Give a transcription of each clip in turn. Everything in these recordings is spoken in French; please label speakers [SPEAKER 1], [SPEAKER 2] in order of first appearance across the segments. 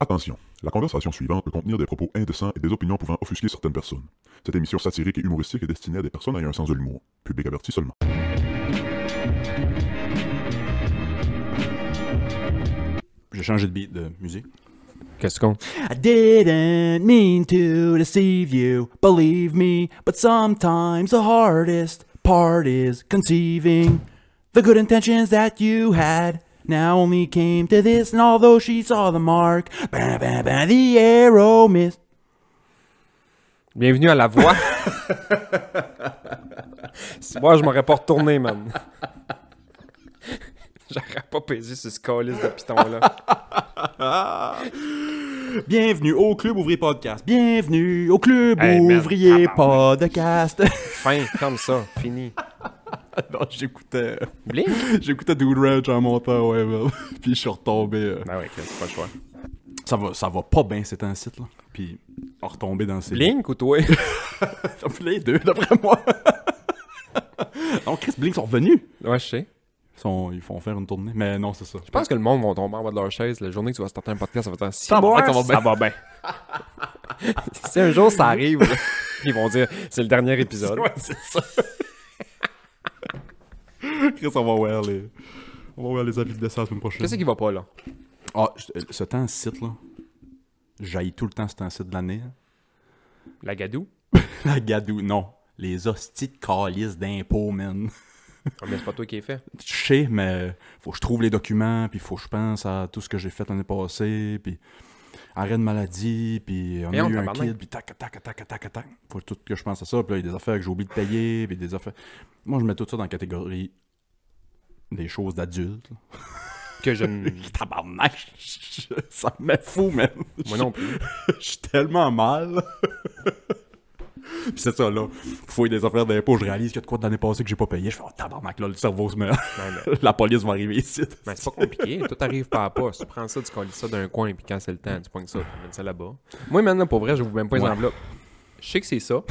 [SPEAKER 1] Attention, la conversation suivante peut contenir des propos indécents et des opinions pouvant offusquer certaines personnes. Cette émission satirique et humoristique est destinée à des personnes ayant un sens de l'humour. Public averti seulement.
[SPEAKER 2] J'ai changé de beat de musique.
[SPEAKER 3] Qu'est-ce qu'on.
[SPEAKER 4] I didn't mean to deceive you, believe me, but sometimes the hardest part is conceiving the good intentions that you had. Now only came to this, and although she saw the mark, bah, bah, bah, the arrow missed.
[SPEAKER 3] Bienvenue à La Voix. si moi, je m'aurais pas retourné, man. J'aurais pas pesé sur ce calice de piton-là.
[SPEAKER 4] Bienvenue au Club Ouvrier Podcast. Bienvenue au Club
[SPEAKER 3] Hey, man,
[SPEAKER 4] Ouvrier
[SPEAKER 3] tabarnak.
[SPEAKER 4] Podcast.
[SPEAKER 3] Fin, comme ça, fini.
[SPEAKER 2] Non, j'écoutais euh,
[SPEAKER 3] Blink?
[SPEAKER 2] j'écoutais Dude Ranch en montant, ouais, man. Puis je suis retombé. euh,
[SPEAKER 3] Ben ouais, Chris, pas le choix.
[SPEAKER 2] Ça va, ça va pas bien, c'est un site, là. Puis retomber dans ces.
[SPEAKER 3] Blink ou toi?
[SPEAKER 2] T'as vu les deux, d'après moi. non, Chris Blink sont revenus.
[SPEAKER 3] ouais, je sais.
[SPEAKER 2] Ils, sont- ils font faire une tournée. Mais non, c'est ça.
[SPEAKER 3] Je pense que le monde va tomber en bas de leur chaise. La journée que tu vas starter un podcast, ça va être si
[SPEAKER 2] Ça va,
[SPEAKER 3] bon,
[SPEAKER 2] ça va bien.
[SPEAKER 3] bien. si un jour ça arrive, là, ils vont dire c'est le dernier épisode.
[SPEAKER 2] Ouais, c'est ça. Chris, on va voir les. On va voir les avis de ça la semaine prochaine.
[SPEAKER 3] Qu'est-ce qui va pas là?
[SPEAKER 2] Ah, je- euh, ce temps site là. J'haïs tout le temps ce temps site de l'année. hein.
[SPEAKER 3] La gadoue?
[SPEAKER 2] La gadou, non. Les hosties de calice d'impôts, man.
[SPEAKER 3] Ah, mais c'est pas toi qui es fait.
[SPEAKER 2] Je sais, mais faut que je trouve les documents, puis faut que je pense à tout ce que j'ai fait l'année passée, puis arrêt de maladie, puis on
[SPEAKER 3] Mais on
[SPEAKER 2] a eu un
[SPEAKER 3] tabarnak.
[SPEAKER 2] kid, puis tac, tac, tac, tac, tac. Faut tout que je pense à ça, puis là, il y a des affaires que j'ai oublié de payer, puis des affaires... Moi, je mets tout ça dans la catégorie des choses d'adultes. là.
[SPEAKER 3] Que je ne.
[SPEAKER 2] Tabarnak! Ça me met fou, même.
[SPEAKER 3] Moi non plus.
[SPEAKER 2] Je suis tellement mal. Puis c'est ça, là. Fouille des affaires d'impôts, je réalise qu'il y a de quoi de l'année passée que j'ai pas payé. Je fais, oh, tabarnak, là, le cerveau se met.
[SPEAKER 3] Non, mais-
[SPEAKER 2] La police va arriver ici.
[SPEAKER 3] Mais Ben, c'est pas compliqué, tout arrive pas à pas. Tu prends ça, tu colles ça d'un coin, puis quand c'est le temps, tu pognes ça, tu mets ça là-bas. Moi, maintenant, pour vrai, je vous même pas les
[SPEAKER 2] Ouais.
[SPEAKER 3] enveloppes. Je sais que c'est ça.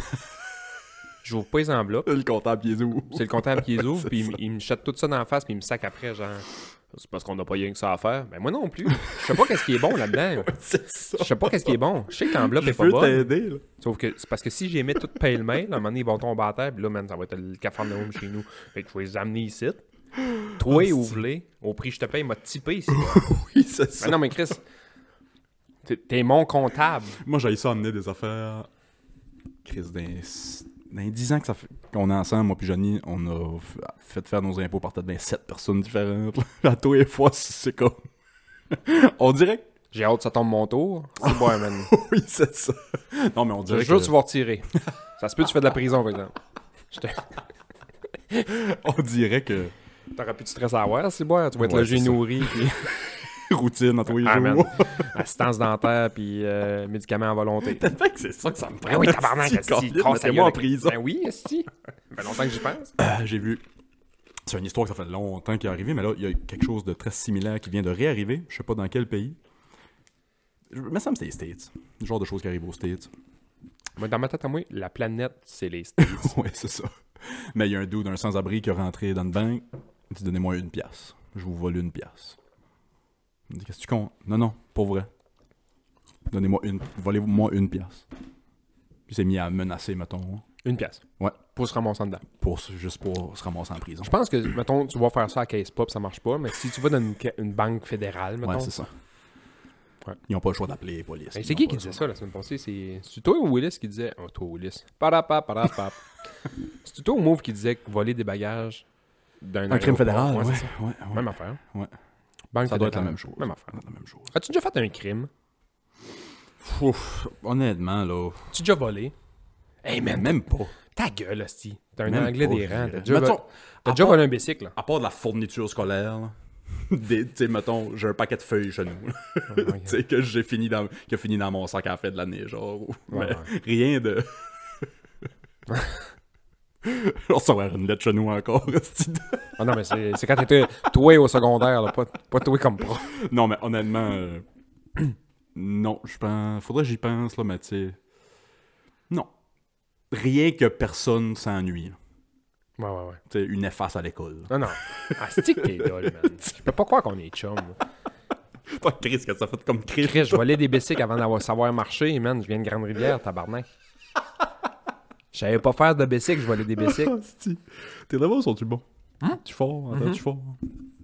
[SPEAKER 3] Je pas les enveloppes.
[SPEAKER 2] Le comptable, il est où?
[SPEAKER 3] C'est le comptable qui les ouvre, puis il me- il me jette tout ça dans la face, puis il me sac après, genre. C'est parce qu'on n'a pas rien que ça à faire. Mais moi non plus. Je sais pas qu'est-ce qui est bon là-dedans.
[SPEAKER 2] C'est ça.
[SPEAKER 3] Je sais pas qu'est-ce qui est bon. Je sais que l'enveloppe
[SPEAKER 2] Je
[SPEAKER 3] est pas
[SPEAKER 2] peux
[SPEAKER 3] bonne.
[SPEAKER 2] t'aider, là.
[SPEAKER 3] Sauf que c'est parce que si j'ai mis tout pêle-mêle, à un moment donné, ils vont tomber à terre, puis là, man, ça va être le cafarnaum chez nous. Fait que je vais les amener ici. Toi,
[SPEAKER 2] Oh,
[SPEAKER 3] ouvre-les. Au prix que je te paye, il m'a typé ici.
[SPEAKER 2] Oui, c'est ça.
[SPEAKER 3] Mais non, mais Chris, t'es- t'es mon comptable.
[SPEAKER 2] Ben, Moi, j'allais ça amener des affaires. Chris, dans, dans les 10 ans que ça fait qu'on est ensemble, moi puis Johnny, on a f- fait faire nos impôts par peut-être ben, 7 personnes différentes. là. À tous les fois, c'est comme. on dirait que.
[SPEAKER 3] J'ai hâte que ça tombe mon tour. C'est bon, man.
[SPEAKER 2] Oui, c'est ça. Non, mais on
[SPEAKER 3] Je
[SPEAKER 2] dirait
[SPEAKER 3] jure,
[SPEAKER 2] que.
[SPEAKER 3] tu vas retirer. Ça se peut, que tu fais de la prison, par exemple. Je te-
[SPEAKER 2] On dirait que.
[SPEAKER 3] T'auras plus de stress à avoir, c'est bon. Tu vas être
[SPEAKER 2] Ouais,
[SPEAKER 3] le
[SPEAKER 2] c'est
[SPEAKER 3] jeu
[SPEAKER 2] ça.
[SPEAKER 3] nourri, puis
[SPEAKER 2] Routine à tous les
[SPEAKER 3] Ah, man.
[SPEAKER 2] jours.
[SPEAKER 3] assistance dentaire, puis euh, médicaments à volonté.
[SPEAKER 2] Fait que c'est ça que ça me
[SPEAKER 3] Ben oui, tabarnak,
[SPEAKER 2] Si,
[SPEAKER 3] esti,
[SPEAKER 2] Colin,
[SPEAKER 3] casse la
[SPEAKER 2] mettez-moi en
[SPEAKER 3] gueule.
[SPEAKER 2] prison.
[SPEAKER 3] Ben oui, esti. Ça fait longtemps que j'y pense.
[SPEAKER 2] Euh, J'ai vu. C'est une histoire que ça fait longtemps qui est arrivée, mais là, il y a quelque chose de très similaire qui vient de réarriver. Je sais pas dans quel pays. Je- Mais ça me semble que c'était les States. Le genre de choses qui arrivent aux States.
[SPEAKER 3] Moi, dans ma tête à moi, la planète, c'est les States.
[SPEAKER 2] ouais, c'est ça. Mais il y a un dude, un sans-abri, qui est rentré dans le banque. Il dit Donnez-moi une pièce. Je vous vole une pièce. Il dit Qu'est-ce que tu comptes Non, non, pour vrai. Donnez-moi une. Volez-moi une pièce. Puis il s'est mis à menacer, mettons.
[SPEAKER 3] Une pièce.
[SPEAKER 2] Ouais.
[SPEAKER 3] Pour se ramasser en dedans.
[SPEAKER 2] Pour, se- juste pour se ramasser en prison.
[SPEAKER 3] Je pense que, mettons, tu vas faire ça à Case Pop, ça marche pas, mais si tu vas dans une, ca- une banque fédérale, mettons,
[SPEAKER 2] Ouais, c'est ça.
[SPEAKER 3] Ouais.
[SPEAKER 2] Ils n'ont pas le choix d'appeler les polices.
[SPEAKER 3] Mais
[SPEAKER 2] Ils
[SPEAKER 3] c'est
[SPEAKER 2] ont
[SPEAKER 3] qui
[SPEAKER 2] pas
[SPEAKER 3] qui
[SPEAKER 2] le
[SPEAKER 3] disait
[SPEAKER 2] choix.
[SPEAKER 3] ça la semaine passée? C'est c'est toi ou Willis qui disait. Oh, toi, Willis. Parapa, parapa. c'est toi ou Move qui disait que voler des bagages d'un
[SPEAKER 2] Un crime
[SPEAKER 3] aéroport,
[SPEAKER 2] fédéral,
[SPEAKER 3] ouais,
[SPEAKER 2] ouais.
[SPEAKER 3] c'est ça.
[SPEAKER 2] ouais, ouais.
[SPEAKER 3] Même affaire.
[SPEAKER 2] Ouais.
[SPEAKER 3] Banque
[SPEAKER 2] Ça doit
[SPEAKER 3] fédérale,
[SPEAKER 2] être la même chose.
[SPEAKER 3] Même affaire.
[SPEAKER 2] Ça doit être la même chose.
[SPEAKER 3] As-tu déjà fait un crime?
[SPEAKER 2] Ouf, honnêtement, là.
[SPEAKER 3] As-tu déjà volé? Hey, man,
[SPEAKER 2] Même pas.
[SPEAKER 3] ta gueule, hostie. T'es un
[SPEAKER 2] Même
[SPEAKER 3] anglais
[SPEAKER 2] pas,
[SPEAKER 3] des
[SPEAKER 2] je
[SPEAKER 3] rangs. T'as
[SPEAKER 2] dirais.
[SPEAKER 3] déjà,
[SPEAKER 2] Mettons,
[SPEAKER 3] vol-
[SPEAKER 2] à
[SPEAKER 3] t'as déjà
[SPEAKER 2] part-
[SPEAKER 3] volé un bicycle, là.
[SPEAKER 2] À part de la fourniture scolaire, là. Des- Tu sais, mettons, j'ai un paquet de feuilles chez nous. là.
[SPEAKER 3] Ah, ouais.
[SPEAKER 2] tu sais, que j'ai fini dans, qui a fini dans mon sac à la fin de l'année, genre. Mais
[SPEAKER 3] ouais.
[SPEAKER 2] Rien de. On s'en va une lettre chez nous encore. esti.
[SPEAKER 3] Ah non, mais c'est c'est quand t'étais toi au secondaire, là, pas, pas toi comme pro.
[SPEAKER 2] non, mais honnêtement, euh, non, je pense. Faudrait que j'y pense, là, mais tu sais. Non. Rien que personne s'ennuie. là.
[SPEAKER 3] Ouais, ouais, ouais.
[SPEAKER 2] Tu sais, une efface à l'école. là.
[SPEAKER 3] Ah, Non, non. Asti que t'es dole, man. Je peux pas croire qu'on est chum.
[SPEAKER 2] pas Chris que ça fait comme Chris.
[SPEAKER 3] Chris, je volais des bicycles avant d'avoir savoir marcher, man. Je viens de Grande-Rivière, tabarnak. Je savais pas faire de bicycle, je volais des bicycles.
[SPEAKER 2] Hostie. Tes levels sont-tu bons? Tu fort, entends-tu fort?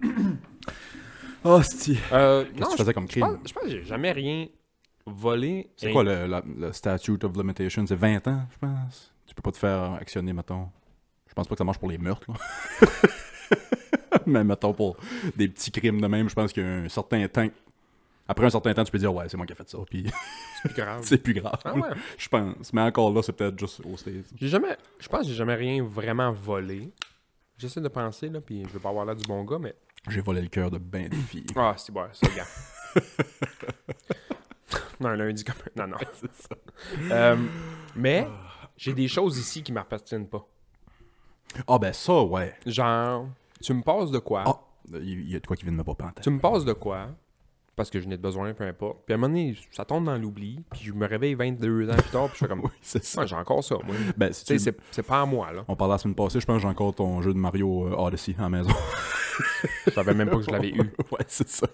[SPEAKER 2] Mm-hmm. Hostie.
[SPEAKER 3] Euh,
[SPEAKER 2] Qu'est-ce
[SPEAKER 3] non,
[SPEAKER 2] que tu
[SPEAKER 3] je,
[SPEAKER 2] faisais comme
[SPEAKER 3] je pense,
[SPEAKER 2] crime?
[SPEAKER 3] je pense que j'ai jamais rien volé.
[SPEAKER 2] C'est quoi le, la- le statute of limitation? C'est 20 ans, je pense. Tu peux pas te faire actionner, mettons. Je pense pas que ça marche pour les meurtres, là. Mais mettons pour des petits crimes de même, je pense qu'il y a un certain temps. Après un certain temps, tu peux dire ouais, c'est moi qui ai fait ça, puis
[SPEAKER 3] plus grave.
[SPEAKER 2] c'est plus grave.
[SPEAKER 3] Ah ouais.
[SPEAKER 2] Je pense. Mais encore là, c'est peut-être juste au States.
[SPEAKER 3] J'ai jamais. Je pense que j'ai jamais rien vraiment volé. J'essaie de penser, là, puis je veux pas avoir l'air du bon gars, mais.
[SPEAKER 2] J'ai volé le cœur de ben des filles.
[SPEAKER 3] Ah, c'est bon, c'est gars. non, un lundi comme un. Non, non. Euh, mais j'ai des choses ici qui m'appartiennent pas.
[SPEAKER 2] Ah ben ça, ouais.
[SPEAKER 3] Genre, tu me passes de quoi?
[SPEAKER 2] Ah, il y a de quoi qui vient de me pas en tête.
[SPEAKER 3] Tu me passes de quoi? Parce que je n'ai de besoin, peu importe. Puis à un moment donné, ça tombe dans l'oubli, puis je me réveille 22 ans plus tard, puis je fais comme.
[SPEAKER 2] Oui, c'est ça.
[SPEAKER 3] Ah, j'ai encore ça, moi. Tu
[SPEAKER 2] Ben, si
[SPEAKER 3] sais,
[SPEAKER 2] tu-
[SPEAKER 3] c'est- c'est pas à moi, là.
[SPEAKER 2] On parlait la semaine passée, je pense que j'ai encore ton jeu de Mario euh, Odyssey à la maison.
[SPEAKER 3] Je savais même pas que je l'avais eu.
[SPEAKER 2] ouais, c'est ça.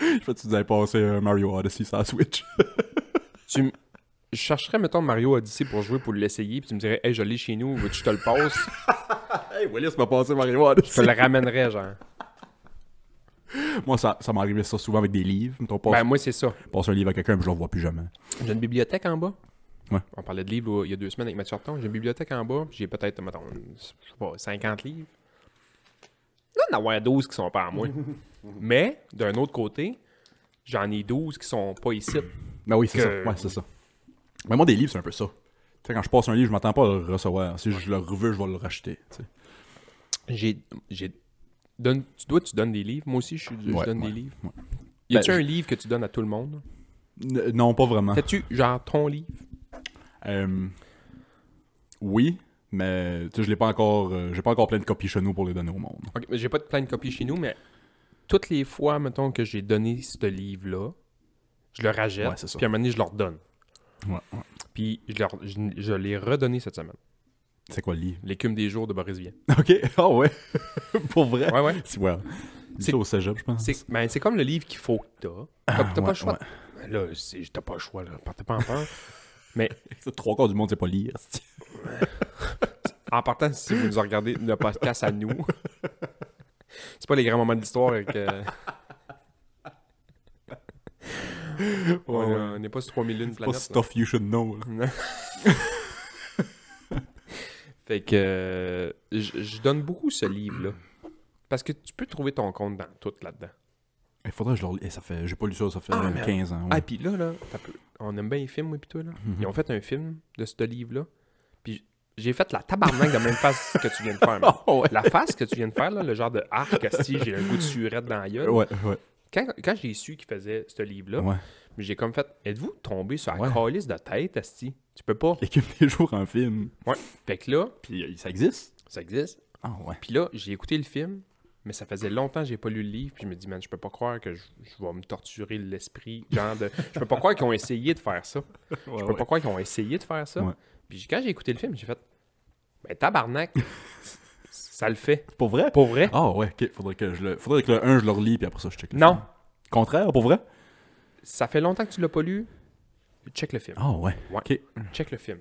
[SPEAKER 2] je pense que tu devais passer euh, Mario Odyssey sur la Switch.
[SPEAKER 3] tu m- je chercherais, mettons, Mario Odyssey pour jouer, pour l'essayer, puis tu me dirais, hey, je l'ai chez nous, veux-tu que je te le passe?
[SPEAKER 2] hey, Willis m'a passé Mario Odyssey.
[SPEAKER 3] Je te le ramènerais, genre.
[SPEAKER 2] Moi, ça, ça m'est arrivé ça souvent avec des livres. Mettons, passe,
[SPEAKER 3] Ben, moi, c'est ça.
[SPEAKER 2] passe un livre à quelqu'un, puis je le revois plus jamais.
[SPEAKER 3] J'ai une bibliothèque en bas.
[SPEAKER 2] Ouais.
[SPEAKER 3] On parlait de livres là, il y a deux semaines avec Mathieu Horton. J'ai une bibliothèque en bas, puis j'ai peut-être, mettons, je sais pas, 50 livres. Là, d'en avoir 12 qui sont pas à moi. Mais, d'un autre côté, j'en ai 12 qui sont pas ici.
[SPEAKER 2] Ben oui, c'est
[SPEAKER 3] Que-
[SPEAKER 2] ça. Ouais, c'est ça. Mais moi, des livres, c'est un peu ça. Tu sais, quand je passe un livre, je m'attends pas à le recevoir. Si je le veux, je vais le racheter. tu sais.
[SPEAKER 3] J'ai. j'ai donne, tu dois, tu donnes des livres. Moi aussi, je, suis- je
[SPEAKER 2] Ouais,
[SPEAKER 3] donne
[SPEAKER 2] ouais,
[SPEAKER 3] des livres.
[SPEAKER 2] ouais.
[SPEAKER 3] Y a-tu
[SPEAKER 2] Ben, Ah.
[SPEAKER 3] un livre que tu donnes à tout le monde?
[SPEAKER 2] N- non, pas vraiment.
[SPEAKER 3] T'as-tu, genre, ton livre?
[SPEAKER 2] Euh, oui, mais tu sais, je l'ai pas encore. euh, j'ai pas encore plein de copies chez nous pour les donner au monde.
[SPEAKER 3] Ok, mais j'ai pas de plein de copies chez nous, mais toutes les fois, mettons, que j'ai donné ce livre-là, je le rajette,
[SPEAKER 2] Ouais, c'est ça.
[SPEAKER 3] puis à un moment donné, je leur donne.
[SPEAKER 2] Ouais, ouais.
[SPEAKER 3] Puis je, leur- je- je l'ai redonné cette semaine.
[SPEAKER 2] C'est quoi le livre?
[SPEAKER 3] L'écume des jours de Boris Vian.
[SPEAKER 2] Ok, ah ouais. pour vrai.
[SPEAKER 3] Ouais, ouais.
[SPEAKER 2] C'est ouais.
[SPEAKER 3] C'est-
[SPEAKER 2] C'est au cégep, je pense.
[SPEAKER 3] C'est, ben, c'est comme le livre qu'il faut que t'as. T'as,
[SPEAKER 2] Ah,
[SPEAKER 3] t'as pas
[SPEAKER 2] ouais,
[SPEAKER 3] le choix. Ben Là, c'est, t'as pas le choix, là. Partez pas en peur. Mais
[SPEAKER 2] C'est Trois quarts du monde, c'est pas lire. c'est-
[SPEAKER 3] en partant, si vous nous regardez le podcast à nous, c'est pas les grands moments de l'histoire avec. euh, on on n'est pas sur 3000 lunes
[SPEAKER 2] euh, Pas
[SPEAKER 3] planète. là.
[SPEAKER 2] stuff you should know. là.
[SPEAKER 3] Fait que euh, je je donne beaucoup ce livre-là. Parce que tu peux trouver ton compte dans tout là-dedans.
[SPEAKER 2] Il faudrait que je leur lise. Eh, ça fait... J'ai pas lu ça, ça fait
[SPEAKER 3] Ah,
[SPEAKER 2] euh,
[SPEAKER 3] merde.
[SPEAKER 2] 15 ans. ouais. Mm-hmm.
[SPEAKER 3] Ah, puis là, là, t'as peu- on aime bien les films, moi, pis toi, là. Ils ont fait un film de ce livre-là. Puis j'ai fait la tabarnak de la même face que tu viens de faire. man.
[SPEAKER 2] Ah, ouais.
[SPEAKER 3] La face que tu viens de faire, là, le genre de arc, si j'ai un goût de surette dans la gueule.
[SPEAKER 2] Ouais, Ah. ouais.
[SPEAKER 3] Quand, quand j'ai su qu'il faisait ce livre-là,
[SPEAKER 2] ouais.
[SPEAKER 3] j'ai comme fait Êtes-vous tombé sur la
[SPEAKER 2] Ouais.
[SPEAKER 3] calice de tête, Asti Tu peux pas.
[SPEAKER 2] L'équipe des jours en film.
[SPEAKER 3] Ouais. Fait que là,
[SPEAKER 2] Puis euh, ça existe?
[SPEAKER 3] ça existe.
[SPEAKER 2] Ah ouais.
[SPEAKER 3] Puis là, j'ai écouté le film, mais ça faisait longtemps que j'ai pas lu le livre. Puis je me dis, man, je peux pas croire que je, je vais me torturer l'esprit. Genre, de, je peux pas croire qu'ils ont essayé de faire ça. je peux pas croire qu'ils ont essayé de faire ça.
[SPEAKER 2] Ouais.
[SPEAKER 3] Puis j'ai- quand j'ai écouté le film, j'ai fait, ben tabarnak, ça le fait.
[SPEAKER 2] Pour vrai?
[SPEAKER 3] Pour vrai?
[SPEAKER 2] Ah ouais, ok. Faudrait que je le. Faudrait que le 1 je le relis, puis après ça je check. le
[SPEAKER 3] Non,
[SPEAKER 2] film. Contraire, pour vrai?
[SPEAKER 3] ça fait longtemps que tu l'as pas lu. Check le film.
[SPEAKER 2] Ah ouais.
[SPEAKER 3] Ouais.
[SPEAKER 2] Ok.
[SPEAKER 3] Check le film.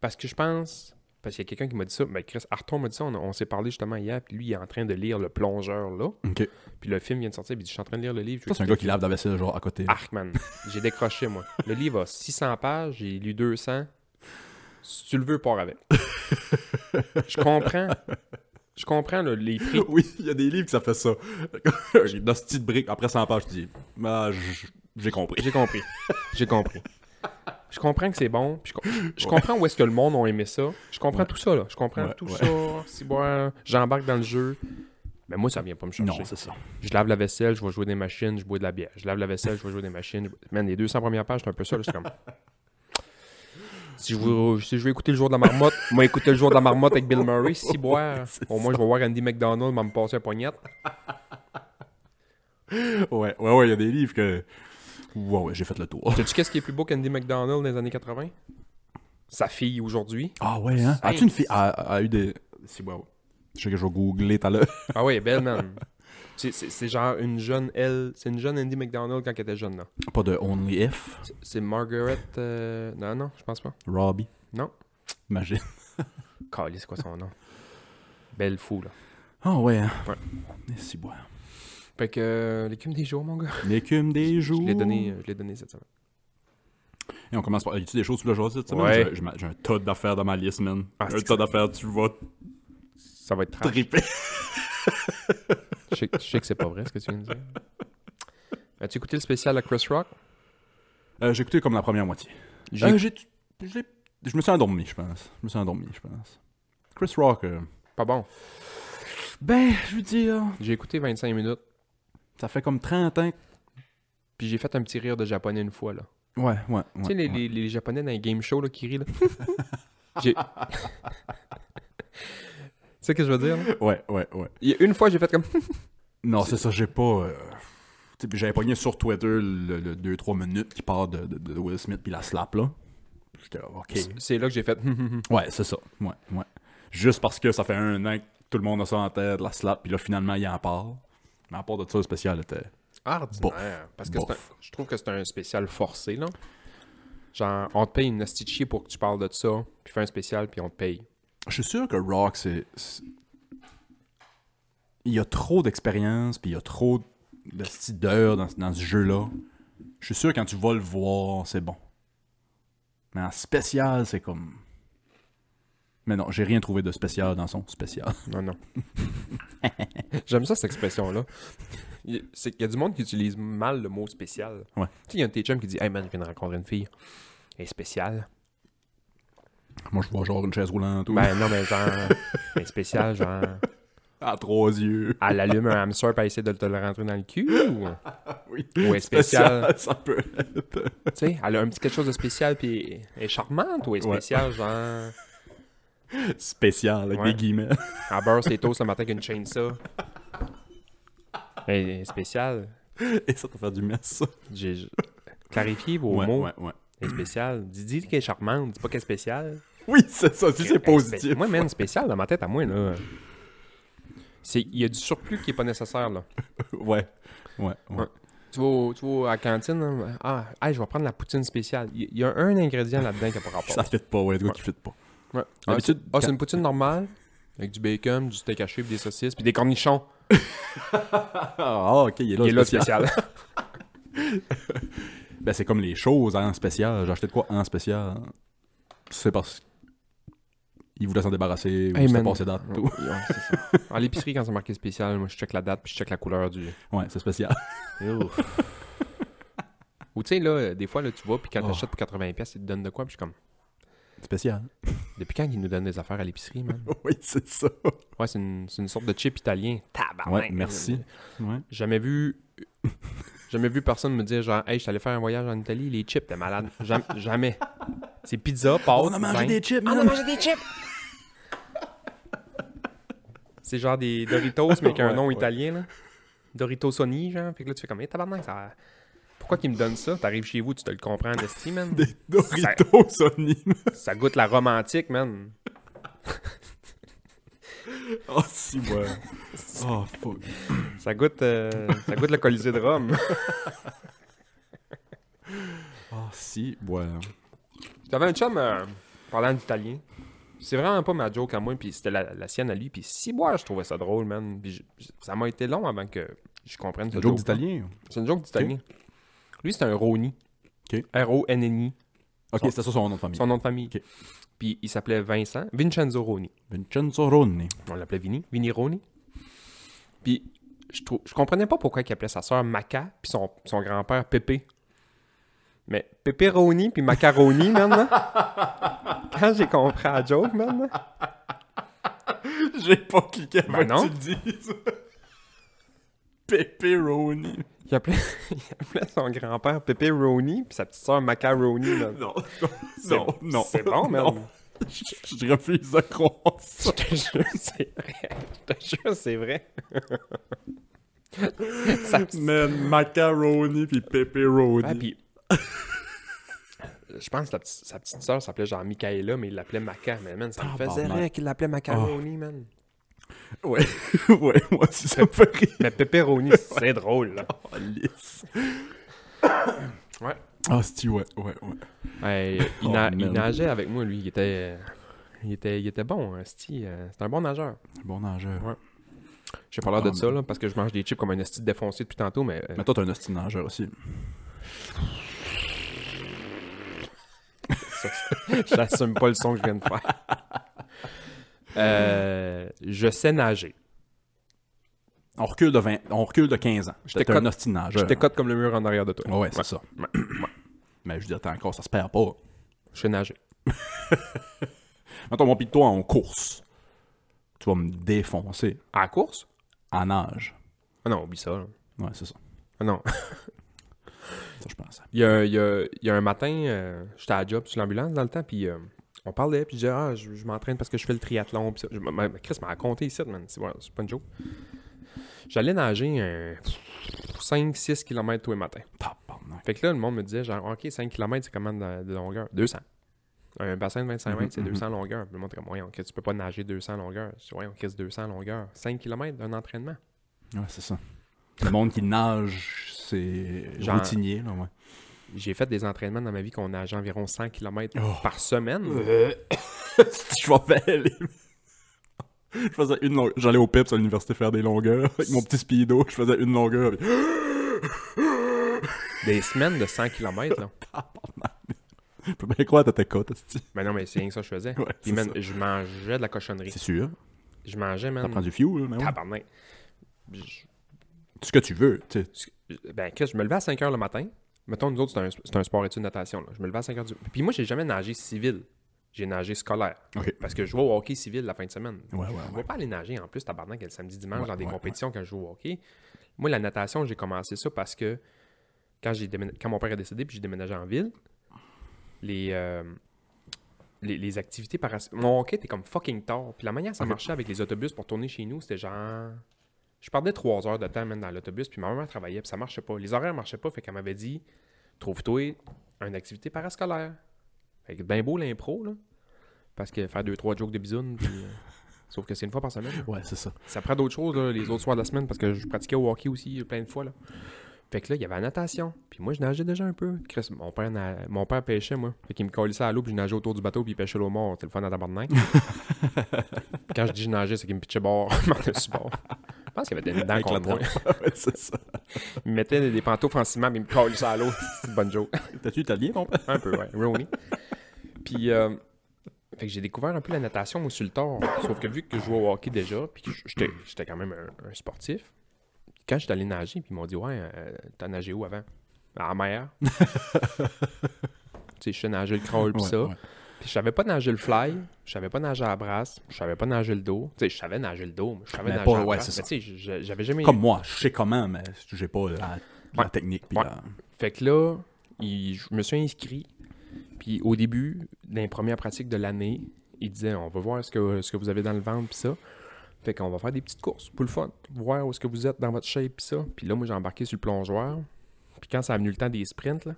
[SPEAKER 3] Parce que je pense. Parce qu'il y a quelqu'un qui m'a dit ça. Mais Chris Arton m'a dit ça. On, a- on s'est parlé justement hier. Puis lui, il est en train de lire Le Plongeur, là.
[SPEAKER 2] Ok.
[SPEAKER 3] Puis le film vient de sortir. Puis il dit Je suis en train de lire le livre. je veux
[SPEAKER 2] Ça, c'est Ah. un gars qui lave la vaisselle, genre à côté.
[SPEAKER 3] Arc, Ah, man. J'ai décroché, moi. Le livre a 600 pages, j'ai lu 200. Si tu le veux, pars avec. Je comprends. Je comprends là, les prix.
[SPEAKER 2] Oui, il y a des livres qui ça fait ça. J'ai une hostie de brique. Après 100 pages, je dis, bah, j- j'ai compris.
[SPEAKER 3] J'ai compris. J'ai compris. Je comprends que c'est bon. puis je, com- je comprends où est-ce que le monde a aimé ça. Je comprends tout ça, là. Je comprends
[SPEAKER 2] Ouais,
[SPEAKER 3] tout
[SPEAKER 2] ouais.
[SPEAKER 3] ça. Si moi, j'embarque dans le jeu. Mais moi, ça vient pas me chercher.
[SPEAKER 2] Non, c'est ça.
[SPEAKER 3] je lave la vaisselle, je vais jouer des machines, je bois de la bière. Je lave la vaisselle, je vais jouer des machines. je bois- Man, les 200 premières pages, c'est un peu ça. là, C'est comme. Si je, veux, si je veux écouter le jour de la marmotte, moi écouter le jour de la marmotte avec Bill Murray, si boire, au moins je vais voir Andy McDonald, il va me passer un poignette.
[SPEAKER 2] Ouais, ouais, ouais, il y a des livres que. Ouais, ouais, j'ai fait le tour.
[SPEAKER 3] Sais-tu qu'est-ce qui est plus beau qu'Andy McDonald dans les années 80 Sa fille aujourd'hui.
[SPEAKER 2] Ah ouais, hein? As-tu une fille. A, a- a eu des. Si, ouais, ouais. Je sais que je vais googler tout à l'heure.
[SPEAKER 3] Ah ouais, elle est belle, man. C'est- C'est c'est genre une jeune, elle, c'est une jeune Andy McDonald quand elle était jeune, là.
[SPEAKER 2] Pas de Only If,
[SPEAKER 3] C'est- C'est Margaret. euh, Non, non, je pense pas.
[SPEAKER 2] Robbie.
[SPEAKER 3] Non.
[SPEAKER 2] Imagine.
[SPEAKER 3] Calais, c'est quoi son nom? Belle fou, là.
[SPEAKER 2] Ah ouais, hein.
[SPEAKER 3] Ouais.
[SPEAKER 2] Et si bon. hein.
[SPEAKER 3] Fait que euh, l'écume des jours, mon gars.
[SPEAKER 2] L'écume des jours.
[SPEAKER 3] Je l'ai donné, euh, je l'ai donné cette semaine.
[SPEAKER 2] Et on commence par. Y a-tu des choses que tu voulais jaser cette semaine?
[SPEAKER 3] Ouais.
[SPEAKER 2] J'ai- J'ai ma- j'ai un tas d'affaires dans ma liste, man.
[SPEAKER 3] Ah,
[SPEAKER 2] un
[SPEAKER 3] c'est Ah.
[SPEAKER 2] tas d'affaires, tu vas
[SPEAKER 3] Ça va être trash.
[SPEAKER 2] triper.
[SPEAKER 3] je, sais, je sais que c'est pas vrai ce que tu viens de dire. As-tu écouté le spécial à Chris Rock?
[SPEAKER 2] Euh, j'ai écouté comme la première moitié.
[SPEAKER 3] J'ai-
[SPEAKER 2] Euh, J'ai. j'ai- je me suis endormi, je pense. Je me suis endormi, je pense. Chris Rock. euh,
[SPEAKER 3] Pas bon.
[SPEAKER 2] Ben, je veux dire.
[SPEAKER 3] J'ai écouté 25 minutes,
[SPEAKER 2] Ça fait comme 30 ans. que-
[SPEAKER 3] puis j'ai fait un petit rire de japonais une fois, là.
[SPEAKER 2] Ouais, ouais. ouais,
[SPEAKER 3] tu sais, les,
[SPEAKER 2] ouais.
[SPEAKER 3] les- les japonais dans les game shows, là, qui rient, là. J'ai- tu sais ce que je veux dire? là?
[SPEAKER 2] Ouais, ouais, ouais.
[SPEAKER 3] Il y a une fois, j'ai fait comme...
[SPEAKER 2] Non, c'est ça, j'ai pas. euh, tu sais, puis J'avais pogné sur Twitter le 2-3 minutes qui part de, de- de Will Smith puis la slap là. J'étais là, ok.
[SPEAKER 3] C'est là que j'ai fait...
[SPEAKER 2] Ouais, c'est ça. Ouais, ouais. Juste parce que ça fait un an que tout le monde a ça en tête, la slap, puis là finalement il en part. Mais à part de ça, le spécial était.
[SPEAKER 3] Ordinaire. Parce que c'est un-
[SPEAKER 2] Bof.
[SPEAKER 3] je trouve que c'est un spécial forcé, là. Genre, on te paye une hostie de chier pour que tu parles de ça, puis fais un spécial, puis on te paye.
[SPEAKER 2] Je suis sûr que Rock, c'est. c'est- Il y a trop d'expérience, puis il y a trop de style d'heures dans, dans ce jeu-là. Je suis sûr que quand tu vas le voir, c'est bon. Mais en spécial, c'est comme. Mais non, j'ai rien trouvé de spécial dans son spécial.
[SPEAKER 3] Non, non. J'aime ça, cette expression-là. Il- C'est qu'il y a du monde qui utilise mal le mot spécial.
[SPEAKER 2] Ouais.
[SPEAKER 3] Tu sais, il y a un de tes chums qui dit Hey man, je viens de rencontrer une fille. Elle est spéciale.
[SPEAKER 2] Moi, je vois genre une chaise roulante ou
[SPEAKER 3] Ben non, mais genre, elle est spéciale, genre,
[SPEAKER 2] à trois yeux.
[SPEAKER 3] elle allume un hamster pour essayer de te le rentrer dans le cul ou,
[SPEAKER 2] Ah Oui.
[SPEAKER 3] ou elle est spéciale.
[SPEAKER 2] ça peut être.
[SPEAKER 3] Tu sais, elle a un petit quelque chose de spécial, puis elle est charmante ou elle est
[SPEAKER 2] Ouais.
[SPEAKER 3] spéciale, genre.
[SPEAKER 2] Spécial, avec
[SPEAKER 3] Ouais.
[SPEAKER 2] des guillemets.
[SPEAKER 3] Elle beurre ses toasts le matin avec une chainsaw. Elle est spéciale.
[SPEAKER 2] Et ça peut faire du mess, ça.
[SPEAKER 3] J'ai clarifié vos
[SPEAKER 2] ouais,
[SPEAKER 3] mots.
[SPEAKER 2] ouais, ouais.
[SPEAKER 3] Elle est spéciale. Dis, dis qu'elle est charmante, dis pas qu'elle est spéciale.
[SPEAKER 2] Oui, c'est ça, si c'est
[SPEAKER 3] Elle est
[SPEAKER 2] positif.
[SPEAKER 3] spé- Moi, man, spécial dans ma tête à moi, là. C'est- Il y a du surplus qui est pas nécessaire, là.
[SPEAKER 2] Ouais. Ouais, ouais.
[SPEAKER 3] Tu vas, au- tu vas à la cantine, là, ah, hey, je vais prendre la poutine spéciale. Il il y a un ingrédient là-dedans qui n'a pas rapport.
[SPEAKER 2] Ça fit pas, ouais, le gars qui fit pas.
[SPEAKER 3] Ouais. Ah, c'est
[SPEAKER 2] D'habitude,
[SPEAKER 3] ah, c'est une poutine normale, avec du bacon, du steak haché, puis des saucisses, puis des cornichons.
[SPEAKER 2] Ah, ok, il est là,
[SPEAKER 3] Il
[SPEAKER 2] le
[SPEAKER 3] est là, le
[SPEAKER 2] spécial.
[SPEAKER 3] spécial.
[SPEAKER 2] Ben, c'est comme les choses en spécial. J'ai acheté de quoi en spécial? C'est parce qu'il voulait s'en débarrasser ou
[SPEAKER 3] Hey,
[SPEAKER 2] c'était
[SPEAKER 3] man.
[SPEAKER 2] passé date. tout.
[SPEAKER 3] Ah, Ouais, ouais, c'est ça. À l'épicerie, quand c'est marqué spécial, moi, je check la date, puis je check la couleur du...
[SPEAKER 2] Ouais, c'est spécial.
[SPEAKER 3] Ou tu sais, là, euh, des fois, là, tu vas, puis quand
[SPEAKER 2] Oh.
[SPEAKER 3] t'achètes pour 80$, piastres, ils te donnent de quoi, puis je suis comme...
[SPEAKER 2] Spécial.
[SPEAKER 3] Depuis quand ils nous donnent des affaires à l'épicerie, man?
[SPEAKER 2] Oui, c'est ça.
[SPEAKER 3] Ouais, c'est une, c'est une sorte de chip italien. Tabarnak.
[SPEAKER 2] Ouais, merci. Ouais.
[SPEAKER 3] Jamais vu. Jamais vu personne me dire genre, hey, je suis allé faire un voyage en Italie, les chips, t'es malade. Jam- jamais. C'est pizza, pâtes.
[SPEAKER 2] On a mangé
[SPEAKER 3] vin. Ah,
[SPEAKER 2] des chips,
[SPEAKER 3] On a
[SPEAKER 2] man.
[SPEAKER 3] mangé des chips. C'est genre des Doritos, mais avec un
[SPEAKER 2] Ouais,
[SPEAKER 3] nom
[SPEAKER 2] ouais.
[SPEAKER 3] italien, là. Doritos Sony, genre. Fait que là, tu fais comme, hey, tabarnak, ça. Pourquoi qu'ils me donnent ça? T'arrives chez vous, tu te le comprends, Desti, man.
[SPEAKER 2] Des Doritos, Sony.
[SPEAKER 3] Ça goûte la romantique, man.
[SPEAKER 2] Oh, si, ouais. Oh, fuck.
[SPEAKER 3] Ça goûte, euh, ça goûte le Colisée de Rome.
[SPEAKER 2] Oh, si, ouais.
[SPEAKER 3] J'avais un chum euh, parlant d'italien. C'est vraiment pas ma joke à moi, puis c'était la, la sienne à lui. Puis si moi, je trouvais ça drôle, man. Puis je- ça m'a été long avant que je comprenne ce
[SPEAKER 2] Le joke
[SPEAKER 3] joke-là.
[SPEAKER 2] d'italien.
[SPEAKER 3] C'est une joke d'italien. Lui, c'est un Roni.
[SPEAKER 2] Ok.
[SPEAKER 3] R-O-N-N-I,
[SPEAKER 2] Ok, c'était ça son nom de famille.
[SPEAKER 3] son nom de famille.
[SPEAKER 2] Ok.
[SPEAKER 3] Puis il s'appelait Vincent, Vincenzo Roni.
[SPEAKER 2] Vincenzo Roni.
[SPEAKER 3] On l'appelait Vini, Vini Roni. Puis je, trou- je comprenais pas pourquoi il appelait sa sœur Maca, puis son, son grand-père Pépé. Mais Pépé Roni, puis Macaroni, man. là. Quand j'ai compris la joke, man. là,
[SPEAKER 2] J'ai pas cliqué
[SPEAKER 3] Ben non.
[SPEAKER 2] le dises. Pepperoni.
[SPEAKER 3] Il appelait, il appelait son grand-père Pépé Roni, puis sa petite sœur Macaroni. man.
[SPEAKER 2] Non,
[SPEAKER 3] C'est- C'est bon, man.
[SPEAKER 2] Je, je refuse de croire
[SPEAKER 3] Je
[SPEAKER 2] ça.
[SPEAKER 3] te jure, c'est vrai. Je te jure, c'est vrai. ça,
[SPEAKER 2] Man, macaroni puis pepperoni.
[SPEAKER 3] Ouais, puis- Je pense que la petite- sa petite sœur s'appelait genre Michaela, mais il l'appelait Maca. Mais man, ça me faisait
[SPEAKER 2] Tabarnak.
[SPEAKER 3] Ah. rire qu'il l'appelait Macaroni, man.
[SPEAKER 2] Ouais, ouais, moi aussi, ça me fait rire.
[SPEAKER 3] Mais pepperoni, c'est drôle, là.
[SPEAKER 2] Oh, lisse.
[SPEAKER 3] Ouais.
[SPEAKER 2] Ah, si, ouais, ouais, ouais.
[SPEAKER 3] Hey, il,
[SPEAKER 2] Oh,
[SPEAKER 3] na-
[SPEAKER 2] man.
[SPEAKER 3] il nageait avec moi, lui. Il était, euh, il était, il était bon, hein, c'ti, euh, C'est un bon nageur.
[SPEAKER 2] Bon nageur.
[SPEAKER 3] Ouais. J'ai pas l'air
[SPEAKER 2] Oh,
[SPEAKER 3] de ça,
[SPEAKER 2] man.
[SPEAKER 3] là, parce que je mange des chips comme un esti défoncé depuis tantôt, mais. euh,
[SPEAKER 2] Mais toi, t'es un hostile nageur aussi.
[SPEAKER 3] J'assume pas le son que je viens de faire. Euh, je sais nager.
[SPEAKER 2] On recule de, 20, on recule de 15 ans.
[SPEAKER 3] Je
[SPEAKER 2] J'étais
[SPEAKER 3] t'écoute.
[SPEAKER 2] un hostile nageur.
[SPEAKER 3] Je t'écoute comme le mur en arrière de toi.
[SPEAKER 2] Ouais, Euh. ouais, c'est ça. Mais je veux dire, t'es encore, ça se perd pas.
[SPEAKER 3] Je sais nager.
[SPEAKER 2] Mettons, mon pis toi en course. Tu vas me défoncer
[SPEAKER 3] À la course?
[SPEAKER 2] en nage.
[SPEAKER 3] Ah non, oublie ça. là.
[SPEAKER 2] Ouais, c'est ça.
[SPEAKER 3] Ah non.
[SPEAKER 2] Ça, je pense.
[SPEAKER 3] Il y a, il y a- il y a un matin, euh, j'étais à la job sur l'ambulance dans le temps, puis euh, on parlait, puis je disais, ah, je, je m'entraîne parce que je fais le triathlon. Puis ça. Je- ma- ma- Chris m'a raconté ici, man. C'est ouais, c'est pas une joke. J'allais nager un 5-6 km tous les matins.
[SPEAKER 2] Tabarnak.
[SPEAKER 3] Fait que là, le monde me disait, genre, OK, 5 km, c'est combien de, de longueur 200. Un bassin de 25
[SPEAKER 2] Mm-hmm.
[SPEAKER 3] mètres, c'est 200 longueurs. Puis Le monde était comme, voyons, que tu peux pas nager 200 longueurs. Je dis, voyons, qu'est-ce 200 longueurs 5 km d'un entraînement.
[SPEAKER 2] Ouais, c'est ça. Le monde qui nage, c'est
[SPEAKER 3] Genre-
[SPEAKER 2] routinier, là, ouais.
[SPEAKER 3] J'ai fait des entraînements dans ma vie qu'on nageait environ 100 km
[SPEAKER 2] Oh.
[SPEAKER 3] par semaine.
[SPEAKER 2] Euh, je m'en vais aller. Je faisais une longueur. J'allais au PEPS à l'université faire des longueurs avec mon petit speedo. Je faisais une longueur. puis-
[SPEAKER 3] Des semaines de 100 km, là.
[SPEAKER 2] Je peux bien croire que t'étais cote, esti.
[SPEAKER 3] Mais non, mais c'est rien que ça que je faisais.
[SPEAKER 2] Ouais,
[SPEAKER 3] Puis,
[SPEAKER 2] c'est
[SPEAKER 3] man,
[SPEAKER 2] ça.
[SPEAKER 3] je mangeais de la cochonnerie.
[SPEAKER 2] C'est sûr.
[SPEAKER 3] Je mangeais,
[SPEAKER 2] Ça
[SPEAKER 3] man.
[SPEAKER 2] prend du fuel, mais ouais.
[SPEAKER 3] Tabarnak. Je-
[SPEAKER 2] Tout ce que tu veux, tu sais.
[SPEAKER 3] Ben, Chris, je me levais à 5 h le matin. Mettons, nous autres, c'est un, c'est un sport études natation. là. Je me levais à 5 h du Puis moi, j'ai jamais nagé civil. J'ai nagé scolaire.
[SPEAKER 2] Ok.
[SPEAKER 3] Parce que je joue au hockey civil la fin de semaine.
[SPEAKER 2] Ouais, ouais,
[SPEAKER 3] je ne
[SPEAKER 2] ouais.
[SPEAKER 3] vais pas aller nager en plus, tabarnak, le samedi, dimanche,
[SPEAKER 2] Ouais,
[SPEAKER 3] dans des
[SPEAKER 2] ouais,
[SPEAKER 3] compétitions quand je joue au hockey. Moi, la natation, j'ai commencé ça parce que quand, j'ai déména- quand mon père est décédé puis j'ai déménagé en ville, les, euh, les, les activités par... Mon hockey était comme fucking tard. Puis la manière ça
[SPEAKER 2] Ok.
[SPEAKER 3] marchait avec les autobus pour tourner chez nous, c'était genre... Je perdais trois heures de temps même dans l'autobus, puis ma maman travaillait, puis ça marchait pas. Les horaires marchaient pas, fait qu'elle m'avait dit Trouve-toi une activité parascolaire. Fait que ben beau l'impro, là. Parce que faire deux, trois jokes de bisoune, puis, euh, sauf que c'est une fois par semaine. là.
[SPEAKER 2] Ouais, c'est ça.
[SPEAKER 3] Ça prend d'autres choses, là, les autres soirs de la semaine, parce que je pratiquais au hockey aussi euh, plein de fois, là. Fait que là, il y avait la natation. Puis moi, je nageais déjà un peu. Chris, mon père, na- mon père pêchait, moi. Fait qu'il me collissait à l'eau, puis je nageais autour du bateau, puis il pêchait l'eau mort. C'était le fun à tabarnak. Quand je dis je nageais, c'est qu'il me pitchait bord, par-dessus bord. Je pense qu'il y avait des dents
[SPEAKER 2] Avec la
[SPEAKER 3] contre moi.
[SPEAKER 2] ouais, c'est ça.
[SPEAKER 3] Il me mettait des pantoufles en ciment, mais il me collissait à l'eau. C'est une bonne joke.
[SPEAKER 2] T'as-tu italien, ton père?
[SPEAKER 3] Un peu, ouais. Rony. Puis, euh, fait que j'ai découvert un peu la natation moi, sur le tard. Sauf que vu que je jouais au hockey déjà, puis que j'étais, j'étais quand même un, un sportif, quand j'étais allé nager, puis ils m'ont dit Ouais, euh, t'as nagé où avant À la mer. tu sais, je sais nager le crawl, puis
[SPEAKER 2] Ouais,
[SPEAKER 3] ça.
[SPEAKER 2] ouais.
[SPEAKER 3] Puis je savais pas nager le fly, je savais pas nager à la brasse, je savais pas nager le dos. Tu sais, je savais nager le dos, mais je savais
[SPEAKER 2] Mais
[SPEAKER 3] nager
[SPEAKER 2] pas-
[SPEAKER 3] à la
[SPEAKER 2] ouais,
[SPEAKER 3] brasse.
[SPEAKER 2] c'est
[SPEAKER 3] Mais tu sais, je- j'avais jamais.
[SPEAKER 2] Comme moi, je sais comment, mais j'ai pas la, la
[SPEAKER 3] Ouais.
[SPEAKER 2] technique. Pis
[SPEAKER 3] Ouais.
[SPEAKER 2] la-
[SPEAKER 3] Fait que là, il- je me suis inscrit. Puis au début, dans les premières pratiques de l'année, il disait on va voir ce que, ce que vous avez dans le ventre, puis ça. Fait qu'on va faire des petites courses pour le fun, voir où est-ce que vous êtes dans votre shape, puis ça. Puis là, moi, j'ai embarqué sur le plongeoir. Puis quand ça a venu le temps des sprints, là,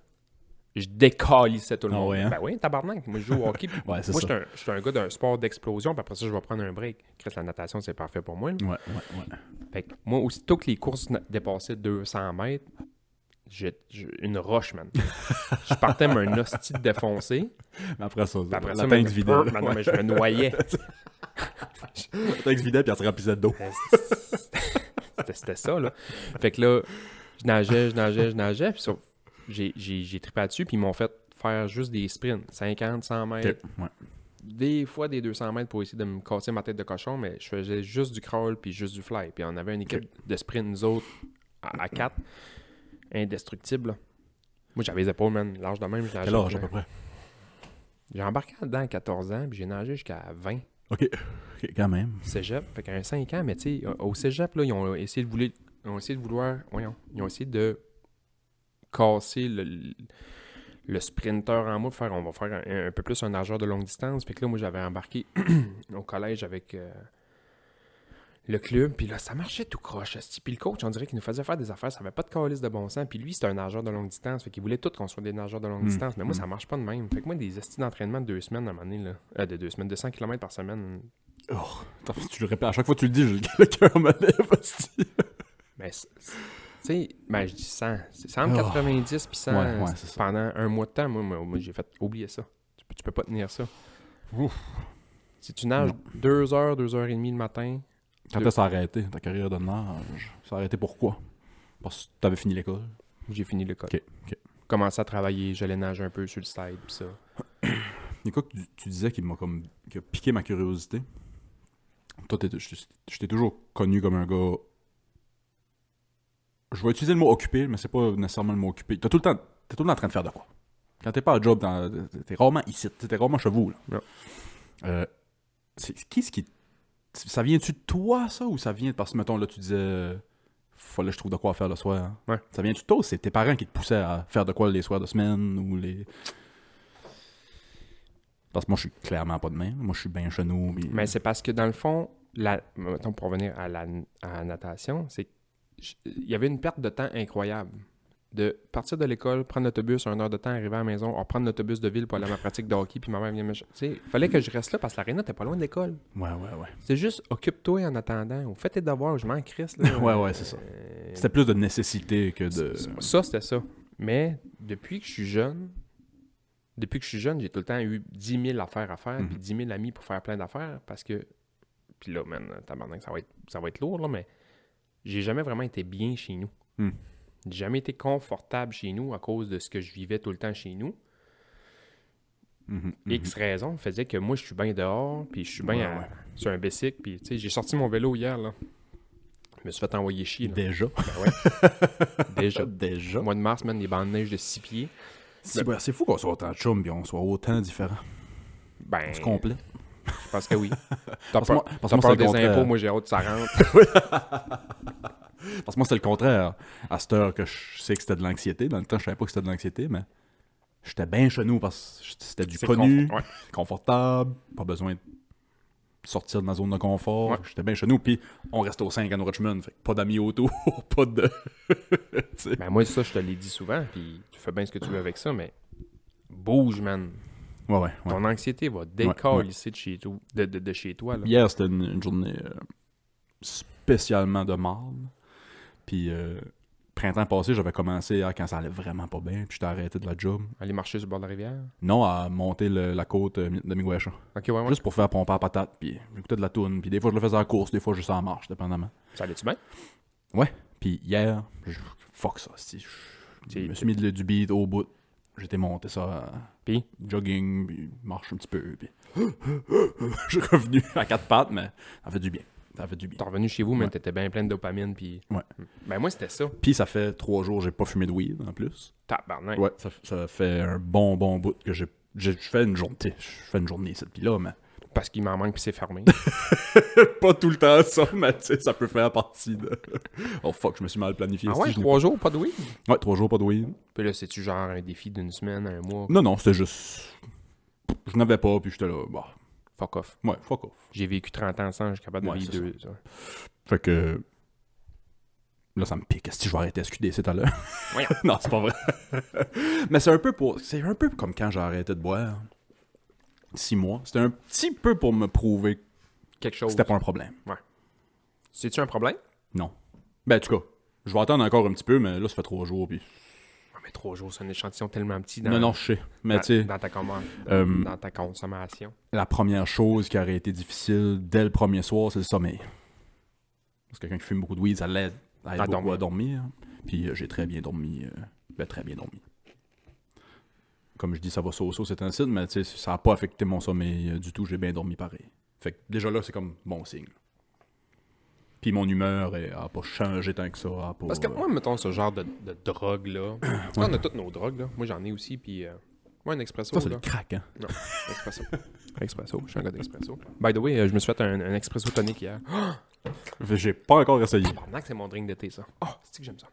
[SPEAKER 3] je décalissais tout le
[SPEAKER 2] Ah
[SPEAKER 3] monde.
[SPEAKER 2] ouais, hein?
[SPEAKER 3] Ben oui, tabarnak. Moi, je joue au hockey. puis
[SPEAKER 2] Ouais, c'est
[SPEAKER 3] moi,
[SPEAKER 2] ça.
[SPEAKER 3] j'étais un- j'étais un, gars d'un sport d'explosion, puis après ça, je vais prendre un break. Chris, la natation, c'est parfait pour moi. là.
[SPEAKER 2] Ouais, ouais, ouais.
[SPEAKER 3] Fait que moi, aussitôt que les courses na- dépassaient 200 mètres, j'ai j'ai- une roche, man. je partais comme un hostie de défoncé.
[SPEAKER 2] Mais après ça,
[SPEAKER 3] Puis après
[SPEAKER 2] la
[SPEAKER 3] ça,
[SPEAKER 2] tank
[SPEAKER 3] man,
[SPEAKER 2] vidée.
[SPEAKER 3] brr, man, non, mais je me noyais.
[SPEAKER 2] La tank vidée, puis elle se remplissait d'eau.
[SPEAKER 3] C'était c'était ça, là. Fait que là, je nageais, je nageais, je nageais. Puis ça, j'ai- j'ai j'ai trippé dessus. Puis ils m'ont fait faire juste des sprints. 50, 100 mètres.
[SPEAKER 2] Ok, Ouais.
[SPEAKER 3] Des fois, des 200 mètres pour essayer de me casser ma tête de cochon. Mais je faisais juste du crawl puis juste du fly. Puis on avait une équipe de sprint, nous autres, à 4. Indestructible, là. Moi, j'avais les épaules, man. Large de même, je nageais.
[SPEAKER 2] Quel âge à peu près?
[SPEAKER 3] J'ai embarqué dedans à 14 ans, puis j'ai nagé jusqu'à 20
[SPEAKER 2] Ok, ok, quand même.
[SPEAKER 3] cégep. Fait qu'un 5 ans, mais tu sais, au- au cégep, là, ils ont essayé de vouloir. Ils ont essayé de vouloir. Voyons. Ils ont essayé de casser le, le sprinter en moi. pour Faire, on va faire un, un peu plus un nageur de longue distance. Fait que là, moi, j'avais embarqué au collège avec. euh, le club, puis là, ça marchait tout croche. esti. Puis le coach, on dirait qu'il nous faisait faire des affaires, ça avait pas de calice de bon sens. Puis lui, c'était un nageur de longue distance, fait qu'il voulait tout qu'on soit des nageurs de longue
[SPEAKER 2] Mm.
[SPEAKER 3] distance. Mais moi, ça marche pas de même. Fait que moi, des estis d'entraînement de deux semaines à un moment donné, là, euh, de deux semaines, de 100 km par semaine,
[SPEAKER 2] Oh, attends, tu le répètes. À chaque fois que tu le dis, je- le cœur me lève. hostie.
[SPEAKER 3] Mais, c'est- c'est- tu sais, ben, je dis 100. C'est 190 puis 100
[SPEAKER 2] Oh, Ouais, ouais, c'est ça.
[SPEAKER 3] pendant un mois de temps. Moi, moi, moi, j'ai fait oublier ça. Tu peux, tu peux pas tenir ça.
[SPEAKER 2] Ouf.
[SPEAKER 3] Si tu nages 2 heures, 2 heures et demie le matin,
[SPEAKER 2] Quand t'as arrêté, ta carrière de nage, ça a arrêté pourquoi? Parce que t'avais fini l'école.
[SPEAKER 3] j'ai fini le code.
[SPEAKER 2] Ok, ok.
[SPEAKER 3] Commencé à travailler, j'allais nager un peu sur le side pis ça.
[SPEAKER 2] Il y a quoi que tu, tu disais qui m'a comme qui a piqué ma curiosité. Toi, t'es- je t'ai- je t'ai toujours connu comme un gars. Je vais utiliser le mot occupé, mais c'est pas nécessairement le mot occupé. T'as tout le temps, t'es tout le temps en train de faire de quoi. Quand t'es pas à job, dans- t'es rarement ici, t'es rarement chez vous. là.
[SPEAKER 3] Ouais.
[SPEAKER 2] Euh, c'est qui ce qui, ça vient-tu de toi ça ou ça vient parce que mettons là tu disais, euh, fallait que je trouve de quoi faire le soir. hein.
[SPEAKER 3] Ouais.
[SPEAKER 2] Ça vient-tu de toi ou c'est tes parents qui te poussaient à faire de quoi les soirs de semaine ou les parce que moi, je suis clairement pas de main. Moi, je suis bien chenou. puis-
[SPEAKER 3] Mais c'est parce que dans le fond, la, mettons, pour revenir à la, à la natation, c'est que j- il y avait une perte de temps incroyable. De partir de l'école, prendre l'autobus, un heure de temps, arriver à la maison, or prendre l'autobus de ville pour aller à ma pratique de hockey, puis ma mère vient me chercher. Tu sais, fallait que je reste là parce que l'aréna t'es pas loin de l'école.
[SPEAKER 2] Ouais, ouais, ouais.
[SPEAKER 3] C'est juste occupe-toi en attendant, ou fais tes devoirs, je m'en crisse. là.
[SPEAKER 2] Ouais, ouais, c'est ça.
[SPEAKER 3] Euh,
[SPEAKER 2] C'était plus de nécessité que de.
[SPEAKER 3] ça, c'était ça. Mais depuis que je suis jeune, depuis que je suis jeune, j'ai tout le temps eu 10 000 affaires à faire,
[SPEAKER 2] Mhm.
[SPEAKER 3] puis 10 000 amis pour faire plein d'affaires, parce que... Puis là, man, tabarnak, ça va être, ça va être lourd, là, mais j'ai jamais vraiment été bien chez nous.
[SPEAKER 2] Mm.
[SPEAKER 3] J'ai jamais été confortable chez nous à cause de ce que je vivais tout le temps chez nous.
[SPEAKER 2] Mhm, mhm.
[SPEAKER 3] X raisons faisait que moi, je suis bien dehors, puis je suis bien
[SPEAKER 2] Ouais,
[SPEAKER 3] à-
[SPEAKER 2] ouais.
[SPEAKER 3] sur un bicycle, puis tu sais, j'ai sorti mon vélo hier, là. Je me suis fait envoyer chier, là.
[SPEAKER 2] Déjà.
[SPEAKER 3] Déjà.
[SPEAKER 2] Déjà.
[SPEAKER 3] Au mois de mars, man, les bandes de neige de 6 pieds.
[SPEAKER 2] C'est ouais, c'est fou qu'on soit autant chum et on soit autant différents.
[SPEAKER 3] Ben,
[SPEAKER 2] On se complète.
[SPEAKER 3] Je pense que oui. T'as
[SPEAKER 2] Parce que
[SPEAKER 3] peur,
[SPEAKER 2] moi-
[SPEAKER 3] t'as
[SPEAKER 2] parce que moi,
[SPEAKER 3] peur
[SPEAKER 2] c'est le
[SPEAKER 3] des
[SPEAKER 2] contraire.
[SPEAKER 3] impôts, moi j'ai hâte que ça rentre.
[SPEAKER 2] Parce que moi, c'était le contraire. À cette heure que je sais que c'était de l'anxiété. Dans le temps, je savais pas que c'était de l'anxiété, mais j'étais bien chenou parce que c'était du
[SPEAKER 3] C'est
[SPEAKER 2] connu,
[SPEAKER 3] confort- ouais.
[SPEAKER 2] confortable, pas besoin de sortir de ma zone de confort.
[SPEAKER 3] Ouais.
[SPEAKER 2] J'étais bien chenou. Puis on restait au 5 à New Richmond. Fait que pas d'amis autour, pas de.
[SPEAKER 3] Ben moi, ça, je te l'ai dit souvent, puis tu fais bien ce que tu veux avec ça, mais bouge, man.
[SPEAKER 2] Ouais, ouais, ouais.
[SPEAKER 3] Ton anxiété va décoller ici de chez, tou- de, de- de chez toi. Là.
[SPEAKER 2] Hier, c'était une, une journée euh, spécialement de marde. Puis, euh, printemps passé, j'avais commencé à, quand ça allait vraiment pas bien, puis j'étais arrêté de la job.
[SPEAKER 3] Aller marcher sur le bord de la rivière.
[SPEAKER 2] Non, à monter le- la côte euh, de Miguacha.
[SPEAKER 3] Ok, ouais, ouais.
[SPEAKER 2] Juste pour faire pomper à patate, puis j'écoutais de la toune. Puis des fois, je le faisais en course, des fois, juste en marche, dépendamment.
[SPEAKER 3] Ça allait-tu bien?
[SPEAKER 2] Ouais. Puis hier, je- fuck ça. si, je-
[SPEAKER 3] T'es-
[SPEAKER 2] je me suis mis de- du beat au bout. J'étais monté ça. euh,
[SPEAKER 3] Puis?
[SPEAKER 2] Jogging, puis marche un petit peu, puis... je suis revenu à quatre pattes, mais ça fait du bien. Ça fait du bien.
[SPEAKER 3] T'es revenu chez vous, mais
[SPEAKER 2] Ouais.
[SPEAKER 3] t'étais bien plein de dopamine, puis.
[SPEAKER 2] Ouais.
[SPEAKER 3] Ben moi, c'était ça.
[SPEAKER 2] Puis ça fait trois jours que j'ai pas fumé de weed en plus.
[SPEAKER 3] Tabarnak.
[SPEAKER 2] Ouais, ça, ça fait un bon bon bout que j'ai. j'ai- Je fais une journée, je fais une journée cette puis là, mais
[SPEAKER 3] Parce qu'il m'en manque, puis c'est fermé.
[SPEAKER 2] pas tout le temps ça, mais tu sais, ça peut faire partie de. Oh fuck, je me suis mal planifié.
[SPEAKER 3] ah
[SPEAKER 2] si,
[SPEAKER 3] ouais,
[SPEAKER 2] je n'ai
[SPEAKER 3] trois jours, pas de weed?
[SPEAKER 2] pas- ouais, trois jours pas de weed.
[SPEAKER 3] Puis là, c'est-tu genre un défi d'une semaine, un mois?
[SPEAKER 2] Non non, c'était juste, je n'avais pas, puis j'étais là, bah,
[SPEAKER 3] Fuck off.
[SPEAKER 2] ouais, fuck off.
[SPEAKER 3] J'ai vécu 30 ans sans, je suis capable de
[SPEAKER 2] Ouais,
[SPEAKER 3] vivre
[SPEAKER 2] c'est
[SPEAKER 3] deux. ça.
[SPEAKER 2] Fait que là, ça me pique. Est-ce que je vais arrêter SQDC tout à l'heure
[SPEAKER 3] Voyons.
[SPEAKER 2] Non, c'est pas vrai. mais c'est un peu pour, c'est un peu comme quand j'ai arrêté de boire. Six mois. C'était un petit peu pour me prouver
[SPEAKER 3] Quelque chose.
[SPEAKER 2] C'était pas un problème.
[SPEAKER 3] C'est-tu un problème?
[SPEAKER 2] Non. Ben, en tout cas, je vais attendre encore un petit peu, mais là, ça fait trois jours. Puis...
[SPEAKER 3] Ah, mais trois jours, c'est un échantillon tellement petit dans,
[SPEAKER 2] Non, non, je sais. Mais
[SPEAKER 3] dans,
[SPEAKER 2] tu sais,
[SPEAKER 3] dans ta commande,
[SPEAKER 2] euh,
[SPEAKER 3] dans ta consommation.
[SPEAKER 2] la première chose qui aurait été difficile dès le premier soir, c'est le sommeil. Parce que quelqu'un qui fume beaucoup de weed, ça l'aide ça aide
[SPEAKER 3] À
[SPEAKER 2] beaucoup à dormir. Puis euh, j'ai très bien dormi. euh, ben, très bien dormi. Comme je dis, ça va so-so, c'est un site, mais tu sais, ça n'a pas affecté mon sommeil euh, du tout. J'ai bien dormi pareil. Fait que déjà là, c'est comme bon signe. Puis mon humeur n'a pas changé tant que ça. a pas,
[SPEAKER 3] Parce que
[SPEAKER 2] euh,
[SPEAKER 3] moi, mettons ce genre de, de drogue-là. tu sais, On a toutes nos drogues, là. Moi, j'en ai aussi, puis. euh, Moi, un expresso.
[SPEAKER 2] Ça, c'est
[SPEAKER 3] là.
[SPEAKER 2] le crack, hein?
[SPEAKER 3] Non, expresso. expresso, je suis un gars d'expresso. By the way, euh, je me suis fait un, un expresso tonique hier.
[SPEAKER 2] J'ai pas encore essayé.
[SPEAKER 3] Pendant que c'est mon drink d'été, ça. Oh, c'est que j'aime ça.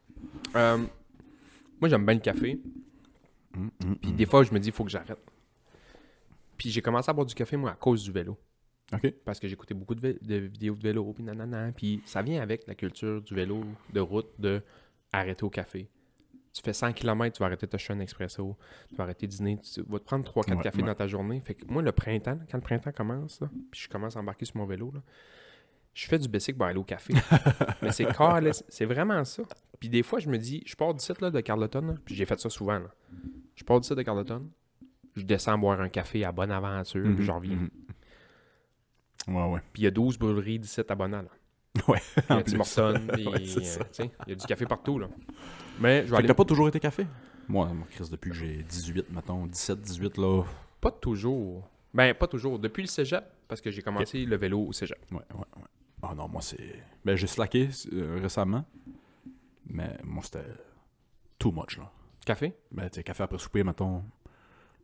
[SPEAKER 3] Euh, moi, j'aime bien le café.
[SPEAKER 2] Mm,
[SPEAKER 3] Puis des fois, je me dis, il faut que j'arrête. Puis j'ai commencé à boire du café, moi, à cause du vélo.
[SPEAKER 2] OK.
[SPEAKER 3] parce que j'écoutais beaucoup de, vé- de vidéos de vélo, puis nanana, puis ça vient avec la culture du vélo de route, de arrêter au café. Tu Tu fais 100 km, tu vas arrêter de te chercher un expresso, tu vas arrêter de dîner, tu vas te prendre 3-4
[SPEAKER 2] Ouais,
[SPEAKER 3] cafés
[SPEAKER 2] ouais.
[SPEAKER 3] dans ta journée. Fait que moi, le printemps, quand le printemps commence, là, puis je commence à embarquer sur mon vélo, là, je fais du bicycle pour aller au café. Mais c'est carless. c'est vraiment ça. Puis des fois, je me dis, je pars du site là, de Carleton, là, puis j'ai fait ça souvent. là. Je pars du site de Carleton, je descends boire un café à Bonaventure,
[SPEAKER 2] Mhm,
[SPEAKER 3] puis j'en reviens.
[SPEAKER 2] mhm. Ouais, ouais.
[SPEAKER 3] Puis il y a 12 brûleries 17 abonnés. Là.
[SPEAKER 2] Ouais,
[SPEAKER 3] Il y
[SPEAKER 2] en
[SPEAKER 3] a Tim
[SPEAKER 2] plus.
[SPEAKER 3] Hortons, puis,
[SPEAKER 2] Ouais, c'est
[SPEAKER 3] euh,
[SPEAKER 2] ça.
[SPEAKER 3] tu sais, il y a du café partout. Là. Mais je vais
[SPEAKER 2] Fait que
[SPEAKER 3] aller
[SPEAKER 2] t'as pas toujours été café? Moi, mon Chris, depuis que j'ai 18, mettons, 17, 18, là.
[SPEAKER 3] Pas toujours. Ben, pas toujours. Depuis le cégep, parce que j'ai commencé le vélo au cégep.
[SPEAKER 2] Ouais, ouais, ouais. Ah non, moi, c'est. Ben, j'ai slacké euh, récemment, mais moi, c'était too much, là.
[SPEAKER 3] Café?
[SPEAKER 2] Ben, tu sais, café après souper, mettons,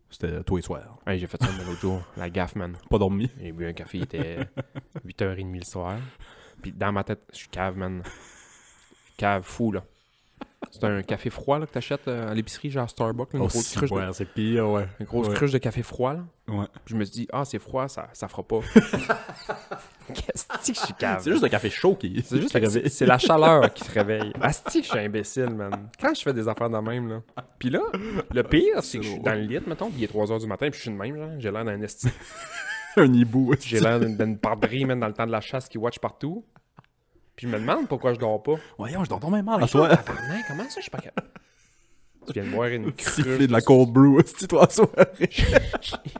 [SPEAKER 2] c'était toi et soir.
[SPEAKER 3] Ouais, j'ai fait ça l'autre jour. La gaffe, man.
[SPEAKER 2] Pas dormi.
[SPEAKER 3] J'ai bu un café, il était 8h30 le soir. Puis dans ma tête, je suis cave, man. Je suis Cave fou, là. C'est un café froid là, que t'achètes euh, à l'épicerie, genre Starbucks. là, une grosse,
[SPEAKER 2] si,
[SPEAKER 3] cruche, de,
[SPEAKER 2] ouais, c'est pire, ouais.
[SPEAKER 3] une grosse
[SPEAKER 2] ouais.
[SPEAKER 3] cruche de café froid, là.
[SPEAKER 2] Ouais.
[SPEAKER 3] Puis je me suis dit, ah, c'est froid, ça, ça fera pas. Qu'est-ce que je suis cave?
[SPEAKER 2] C'est juste le café chaud qui.
[SPEAKER 3] C'est juste que c'est- c'est la chaleur qui te réveille. Asti, je suis imbécile, man. Quand je fais des affaires de même, là. Puis là, le pire, c'est que je suis dans le lit, mettons, puis il est 3 h du matin, puis je suis de même, genre. J'ai l'air d'un esti.
[SPEAKER 2] un hibou.
[SPEAKER 3] J'ai l'air d'une- d'une pardrie, man, dans le temps de la chasse qui watch partout. Puis je me demande pourquoi je dors pas.
[SPEAKER 2] Voyons, je dors même
[SPEAKER 3] Ah,
[SPEAKER 2] mal à soir.
[SPEAKER 3] Tabarnak, comment ça, je suis pas capable? Tu viens de boire une
[SPEAKER 2] Siffler
[SPEAKER 3] cruche.
[SPEAKER 2] de la cold brew, c'est toi à soir.
[SPEAKER 3] J'ai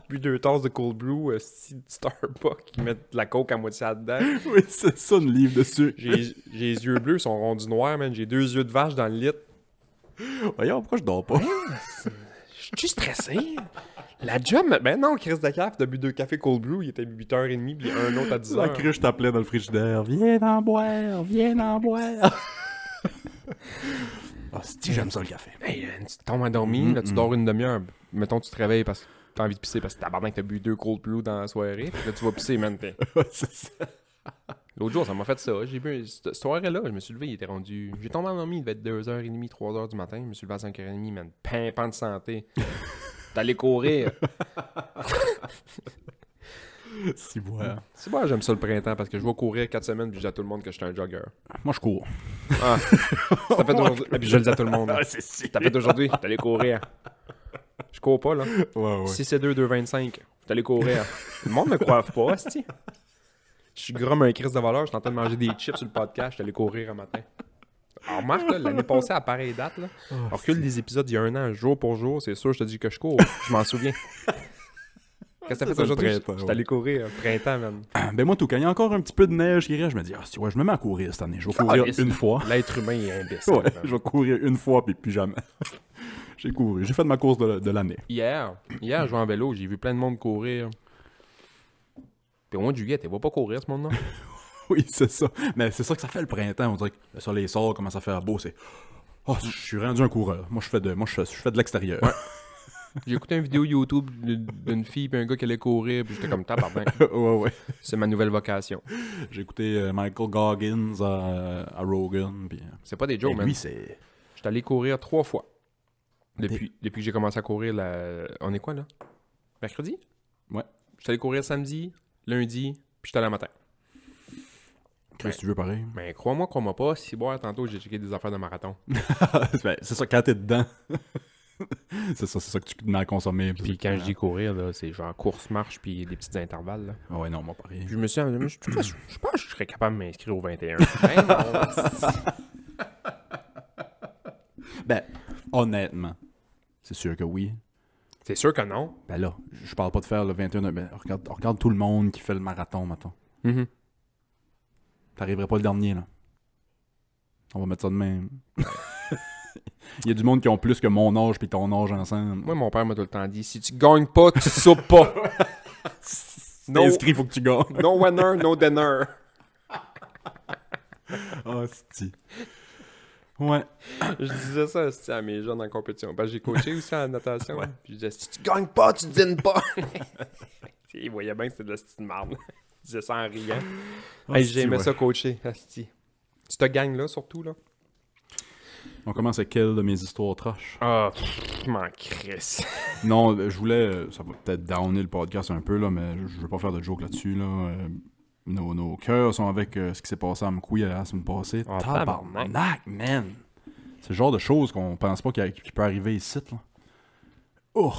[SPEAKER 3] bu deux tasses de cold brew, euh, si du Starbucks, qui mettent de la coke à moitié là-dedans.
[SPEAKER 2] Oui, c'est ça, une livre dessus.
[SPEAKER 3] J'ai j'ai les yeux bleus, ils sont rendus noirs, man. J'ai deux yeux de vache dans le lit.
[SPEAKER 2] Voyons, pourquoi je dors pas?
[SPEAKER 3] Je suis stressé. La job, me- ben non, Chris de café, t'as bu deux cafés cold brew, il était 8h30, puis un autre à
[SPEAKER 2] La
[SPEAKER 3] 10h.
[SPEAKER 2] cruche t'appelait dans le frigidaire. Viens en boire, viens en boire. Ah, si j'aime ça le café.
[SPEAKER 3] Hey, euh, tu tombes endormi,
[SPEAKER 2] Mm,
[SPEAKER 3] là, tu dors une demi-heure. Mettons, tu te réveilles parce que t'as envie de pisser, parce que tabarnak, t'as bu deux cold brew dans la soirée, puis là, tu vas pisser, man. t'es-
[SPEAKER 2] c'est ça.
[SPEAKER 3] L'autre jour, ça m'a fait ça. J'ai bu, cette soirée-là, je me suis levé, il était rendu. J'ai tombé endormi, il devait être 2h30, 3h du matin, je me suis levé à 5h30, man. Pimpant de santé. T'allais courir.
[SPEAKER 2] Si boire.
[SPEAKER 3] C'est bon, j'aime ça le printemps parce que je vais courir 4 semaines, puis je dis à tout le monde que je suis un jogger.
[SPEAKER 2] Moi, je cours.
[SPEAKER 3] Ah, ça fait aujourd'hui. Puis je le dis à tout le monde. là.
[SPEAKER 2] c'est si.
[SPEAKER 3] T'as fait aujourd'hui, t'es allé courir. Je cours pas, là.
[SPEAKER 2] Ouais, ouais.
[SPEAKER 3] Si c'est 2, 2, 25, t'es allé courir. Le monde me croit pas, esti. Je suis gros, mais un crise de valeur, je suis en train de manger des chips sur le podcast, je suis allé courir un matin. Alors, remarque, là, l'année passée, à pareille date, là,
[SPEAKER 2] Ah,
[SPEAKER 3] on recule des épisodes il y a un an, jour pour jour, c'est sûr, je te dis que je cours. Je m'en souviens. Qu'est-ce que t'as
[SPEAKER 2] c'est
[SPEAKER 3] fait
[SPEAKER 2] le
[SPEAKER 3] aujourd'hui?
[SPEAKER 2] printemps,
[SPEAKER 3] Je suis allé courir, euh, printemps, man.
[SPEAKER 2] Ben, moi, tout, quand il y a encore un petit peu de neige qui reste, je me dis, ah, si, ouais, je me mets à courir cette année. Je vais courir
[SPEAKER 3] laisse-
[SPEAKER 2] une fois.
[SPEAKER 3] L'être humain est imbécile.
[SPEAKER 2] Ouais,
[SPEAKER 3] man.
[SPEAKER 2] je vais courir une fois, puis plus jamais. J'ai couru. J'ai fait ma course de, de l'année.
[SPEAKER 3] Hier, hier, je vais en vélo, j'ai vu plein de monde courir. T'es au mois de juillet, t'es va pas courir ce monde-là.
[SPEAKER 2] Oui, c'est ça. Mais c'est ça que ça fait le printemps. On dirait que le soleil sort, commence à faire beau. C'est. Oh, je suis rendu un coureur. Moi, je fais de, moi, je fais, je fais de l'extérieur.
[SPEAKER 3] J'ai écouté une vidéo YouTube d'une- d'une fille puis un gars qui allait courir, puis j'étais comme tabarnak.
[SPEAKER 2] Ouais, ouais.
[SPEAKER 3] C'est ma nouvelle vocation.
[SPEAKER 2] J'ai écouté euh, Michael Goggins à, à Rogan. Puis, euh,
[SPEAKER 3] C'est pas des
[SPEAKER 2] Et
[SPEAKER 3] jokes, man.
[SPEAKER 2] lui,
[SPEAKER 3] J'étais
[SPEAKER 2] c'est.
[SPEAKER 3] allé courir trois fois. Depuis, depuis que j'ai commencé à courir, la... on est quoi là Mercredi
[SPEAKER 2] Ouais.
[SPEAKER 3] J'étais allé courir samedi, lundi, puis j'étais allé le matin.
[SPEAKER 2] Qu'est-ce que tu veux pareil?
[SPEAKER 3] Mais crois-moi, crois-moi pas, si boire tantôt, j'ai checké des affaires de marathon.
[SPEAKER 2] Ben, c'est ça, quand t'es dedans. c'est ça, c'est ça que tu te mets à consommer. euh,
[SPEAKER 3] Puis quand je dis courir, là, c'est genre course-marche, puis des petits intervalles. là.
[SPEAKER 2] Ah ouais, non, moi, pareil.
[SPEAKER 3] Puis je me suis dit, je, je, je pense que je serais capable de m'inscrire au 21. Ben non.
[SPEAKER 2] Ben, honnêtement, c'est sûr que oui.
[SPEAKER 3] c'est sûr que non.
[SPEAKER 2] Ben là, je parle pas de faire le 21, mais regarde, regarde tout le monde qui fait le marathon, mettons.
[SPEAKER 3] Mm-hmm.
[SPEAKER 2] T'arriverais pas le dernier, là. On va mettre ça de même. Il y a du monde qui ont plus que mon âge puis ton âge ensemble.
[SPEAKER 3] Moi, mon père m'a tout le temps dit si tu gagnes pas, tu soupes pas.
[SPEAKER 2] Non.
[SPEAKER 3] no,
[SPEAKER 2] Inscrit, faut que tu gagnes.
[SPEAKER 3] no winner, no dinner.
[SPEAKER 2] Ah, c'est Ouais.
[SPEAKER 3] Je disais ça aussi à mes jeunes en compétition. Parce que j'ai coaché aussi en natation. Puis je disais si tu gagnes pas, tu dînes pas. Ils voyaient bien que c'était de la style de marde. Je disais ça en riant. Hey,
[SPEAKER 2] Asti,
[SPEAKER 3] J'aimais
[SPEAKER 2] ouais.
[SPEAKER 3] ça coacher. Asti. Tu te gagnes là, surtout là.
[SPEAKER 2] On commence avec quelle de mes histoires trash?
[SPEAKER 3] Ah, pff, je m'en crisse.
[SPEAKER 2] Non, euh, je voulais. euh, Ça va peut-être downer le podcast un peu, là, mais je je veux pas faire de joke là-dessus. Là. Euh, Nos, euh, nos cœurs sont avec euh, ce qui s'est passé à Mkoui la semaine passée.
[SPEAKER 3] Ah,
[SPEAKER 2] Tabarnak, man! C'est le genre de choses qu'on pense pas qu'il y a- qui peut arriver ici. Là. Ouh,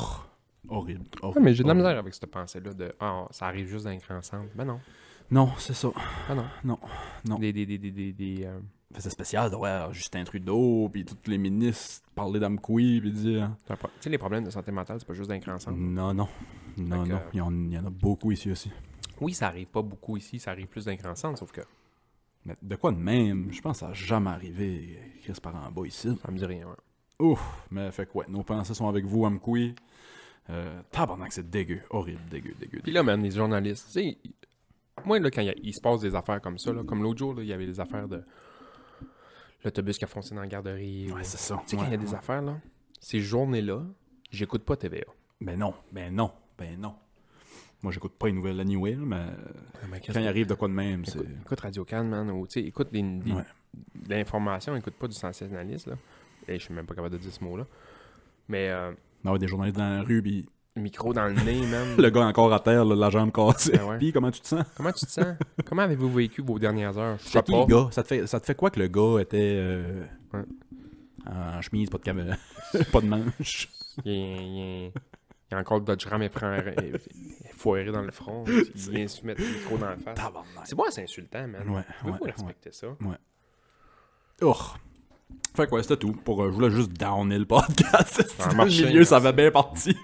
[SPEAKER 2] horrible.
[SPEAKER 3] Ouais,
[SPEAKER 2] horrible,
[SPEAKER 3] mais j'ai de la
[SPEAKER 2] horrible.
[SPEAKER 3] misère avec cette pensée-là de Ah, ça arrive juste dans les grands centres. Ben non.
[SPEAKER 2] Non, c'est ça.
[SPEAKER 3] Ben non.
[SPEAKER 2] Non. Non.
[SPEAKER 3] Des, des, des, des, des, des, euh,
[SPEAKER 2] C'est spécial de voir Justin Trudeau, puis tous les ministres parler d'Amkoui, puis dire.
[SPEAKER 3] t'as pas- Tu sais, les problèmes de santé mentale, c'est pas juste dans les grands centres.
[SPEAKER 2] Non, non. Non,
[SPEAKER 3] Fait que-
[SPEAKER 2] non. Il y, en, il y en a beaucoup ici aussi.
[SPEAKER 3] Oui, ça arrive pas beaucoup ici, ça arrive plus dans les grands centres, sauf que
[SPEAKER 2] Mais de quoi de même Je pense que ça n'a jamais arrivé, Chris par en bas ici.
[SPEAKER 3] ça me dit rien. ouais.
[SPEAKER 2] Ouf Mais fait quoi Nos pensées sont avec vous, Amkoui. Euh, tabarnak, c'est dégueu. Horrible, dégueu, dégueu.
[SPEAKER 3] Puis là, man, les journalistes, tu sais, ils- moi, là, quand il y a- il se passe des affaires comme ça, là, comme l'autre jour, là, il y avait des affaires de l'autobus qui a foncé dans la garderie. ou-
[SPEAKER 2] Ouais, c'est ça.
[SPEAKER 3] Tu sais, quand il y a
[SPEAKER 2] Ouais,
[SPEAKER 3] des
[SPEAKER 2] ouais.
[SPEAKER 3] affaires, là, ces journées-là, j'écoute pas TVA.
[SPEAKER 2] Ben non, ben non, ben non. Moi, j'écoute pas les nouvelles anyway, là, mais quand il
[SPEAKER 3] Écoute-
[SPEAKER 2] arrive de quoi de même, c'est.
[SPEAKER 3] écoute, Radio Can, man, ou tu sais, écoute des, des-
[SPEAKER 2] Ouais.
[SPEAKER 3] de l'information, écoute pas du sensationnalisme, là. Et je suis même pas capable de dire ce mot-là. Mais euh,
[SPEAKER 2] Non, Ah ouais, des journalistes dans la rue, puis
[SPEAKER 3] micro dans le nez, man.
[SPEAKER 2] le gars encore à terre, là, la jambe cassée.
[SPEAKER 3] Ah ouais.
[SPEAKER 2] Puis comment tu te sens
[SPEAKER 3] Comment tu te sens? Comment avez-vous vécu vos dernières heures? Je sais
[SPEAKER 2] C'est qui
[SPEAKER 3] pas.
[SPEAKER 2] le gars ça te, fait, ça te fait quoi que le gars était euh,
[SPEAKER 3] Ouais.
[SPEAKER 2] en chemise, pas de cam- pas de manche
[SPEAKER 3] Il y a, il y a- il y a encore le Dodge Ram effran- foiré dans le front. Il vient se mettre le micro dans la face.
[SPEAKER 2] Tabarnak.
[SPEAKER 3] C'est bon, c'est insultant, man.
[SPEAKER 2] Ouais,
[SPEAKER 3] Vous
[SPEAKER 2] ouais,
[SPEAKER 3] pouvez respecter ça.
[SPEAKER 2] Oh. Fait quoi, c'était tout. Pour, euh, je voulais juste downer le podcast.
[SPEAKER 3] Ça a
[SPEAKER 2] Dans
[SPEAKER 3] marché,
[SPEAKER 2] le milieu, ça
[SPEAKER 3] merci.
[SPEAKER 2] va bien parti.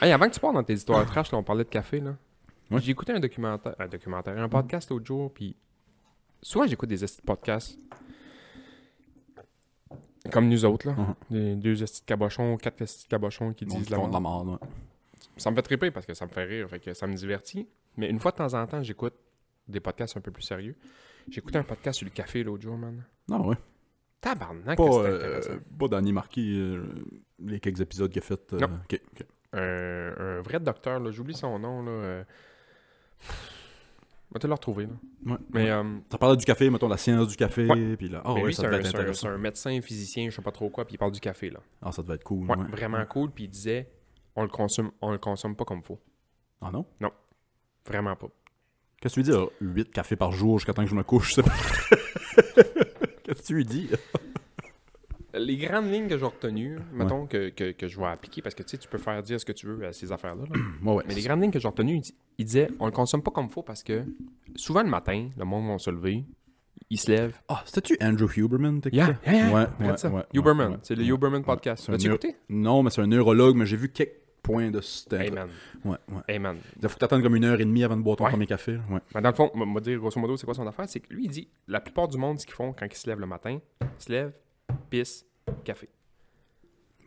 [SPEAKER 3] Hey, avant que tu parles dans tes histoires trash, là, on parlait de café, là.
[SPEAKER 2] Ouais.
[SPEAKER 3] J'ai écouté un documentaire, un documentaire, un podcast l'autre jour, puis souvent j'écoute des estis de podcasts. Comme nous autres, là.
[SPEAKER 2] Mhm.
[SPEAKER 3] Des- deux estis de cabochons, quatre estis de cabochons qui
[SPEAKER 2] On
[SPEAKER 3] disent
[SPEAKER 2] dit
[SPEAKER 3] la
[SPEAKER 2] qu'on de la
[SPEAKER 3] merde.
[SPEAKER 2] mort, ouais.
[SPEAKER 3] Ça me fait triper parce que ça me fait rire, fait que ça me divertit. Mais une fois de temps en temps, j'écoute des podcasts un peu plus sérieux. J'ai écouté un podcast sur le café l'autre jour, man.
[SPEAKER 2] Non, ouais. Pas,
[SPEAKER 3] Tabarnak, que c'était
[SPEAKER 2] euh,
[SPEAKER 3] intéressant.
[SPEAKER 2] pas Danny Marquis, euh, les quelques épisodes qu'il a fait. euh,
[SPEAKER 3] Non.
[SPEAKER 2] ok, ok.
[SPEAKER 3] un, un vrai docteur, là, j'oublie son nom, là. euh, On va te le retrouver, là.
[SPEAKER 2] Ouais.
[SPEAKER 3] Mais, euh,
[SPEAKER 2] Ça parlait du café, mettons, la science du café,
[SPEAKER 3] Ouais.
[SPEAKER 2] puis là, ah
[SPEAKER 3] mais
[SPEAKER 2] ouais,
[SPEAKER 3] lui,
[SPEAKER 2] ça
[SPEAKER 3] c'est un,
[SPEAKER 2] devait être
[SPEAKER 3] c'est un- c'est
[SPEAKER 2] intéressant.
[SPEAKER 3] un médecin, physicien, je sais pas trop quoi, puis il parle du café, là.
[SPEAKER 2] Ah, ça devait être cool.
[SPEAKER 3] Ouais,
[SPEAKER 2] ouais.
[SPEAKER 3] vraiment cool, puis il disait, on le consomme, on le consomme pas comme faut.
[SPEAKER 2] Ah non?
[SPEAKER 3] Vraiment pas.
[SPEAKER 2] Qu'est-ce que tu lui dis? là? 8 cafés par jour jusqu'à temps que je me couche, je sais pas. Qu'est-ce que tu lui dis?
[SPEAKER 3] Les grandes lignes que j'ai retenues, mettons, que, que, que je vais appliquer, parce que tu sais, tu peux faire dire ce que tu veux à ces affaires-là, là.
[SPEAKER 2] Ouais, ouais.
[SPEAKER 3] Mais les grandes lignes que j'ai retenues, il, dit- il disait, on le consomme pas comme faut parce que souvent le matin, le monde va se lever, il se lève,
[SPEAKER 2] Ah, c'était-tu Andrew Huberman? t'écoutais?
[SPEAKER 3] Yeah, yeah, yeah.
[SPEAKER 2] Ouais,
[SPEAKER 3] Regarde
[SPEAKER 2] ouais,
[SPEAKER 3] ça.
[SPEAKER 2] ouais,
[SPEAKER 3] Huberman,
[SPEAKER 2] ouais,
[SPEAKER 3] c'est le
[SPEAKER 2] ouais,
[SPEAKER 3] Huberman
[SPEAKER 2] ouais.
[SPEAKER 3] podcast.
[SPEAKER 2] C'est un
[SPEAKER 3] As-tu
[SPEAKER 2] neu-
[SPEAKER 3] écouté?
[SPEAKER 2] Non, mais c'est un neurologue, mais j'ai vu quelques points de ce
[SPEAKER 3] Hey man,
[SPEAKER 2] Ouais, ouais.
[SPEAKER 3] hey man.
[SPEAKER 2] Il faut que t'attendes comme une heure et demie avant de boire ton
[SPEAKER 3] Ouais.
[SPEAKER 2] premier café. là. Ouais.
[SPEAKER 3] Mais Ben, dans le fond, on va dire grosso modo, c'est quoi son affaire? C'est que lui, il dit, la plupart du monde, ce qu'ils font quand ils se lèvent le matin, ils se lèvent, pisse, café.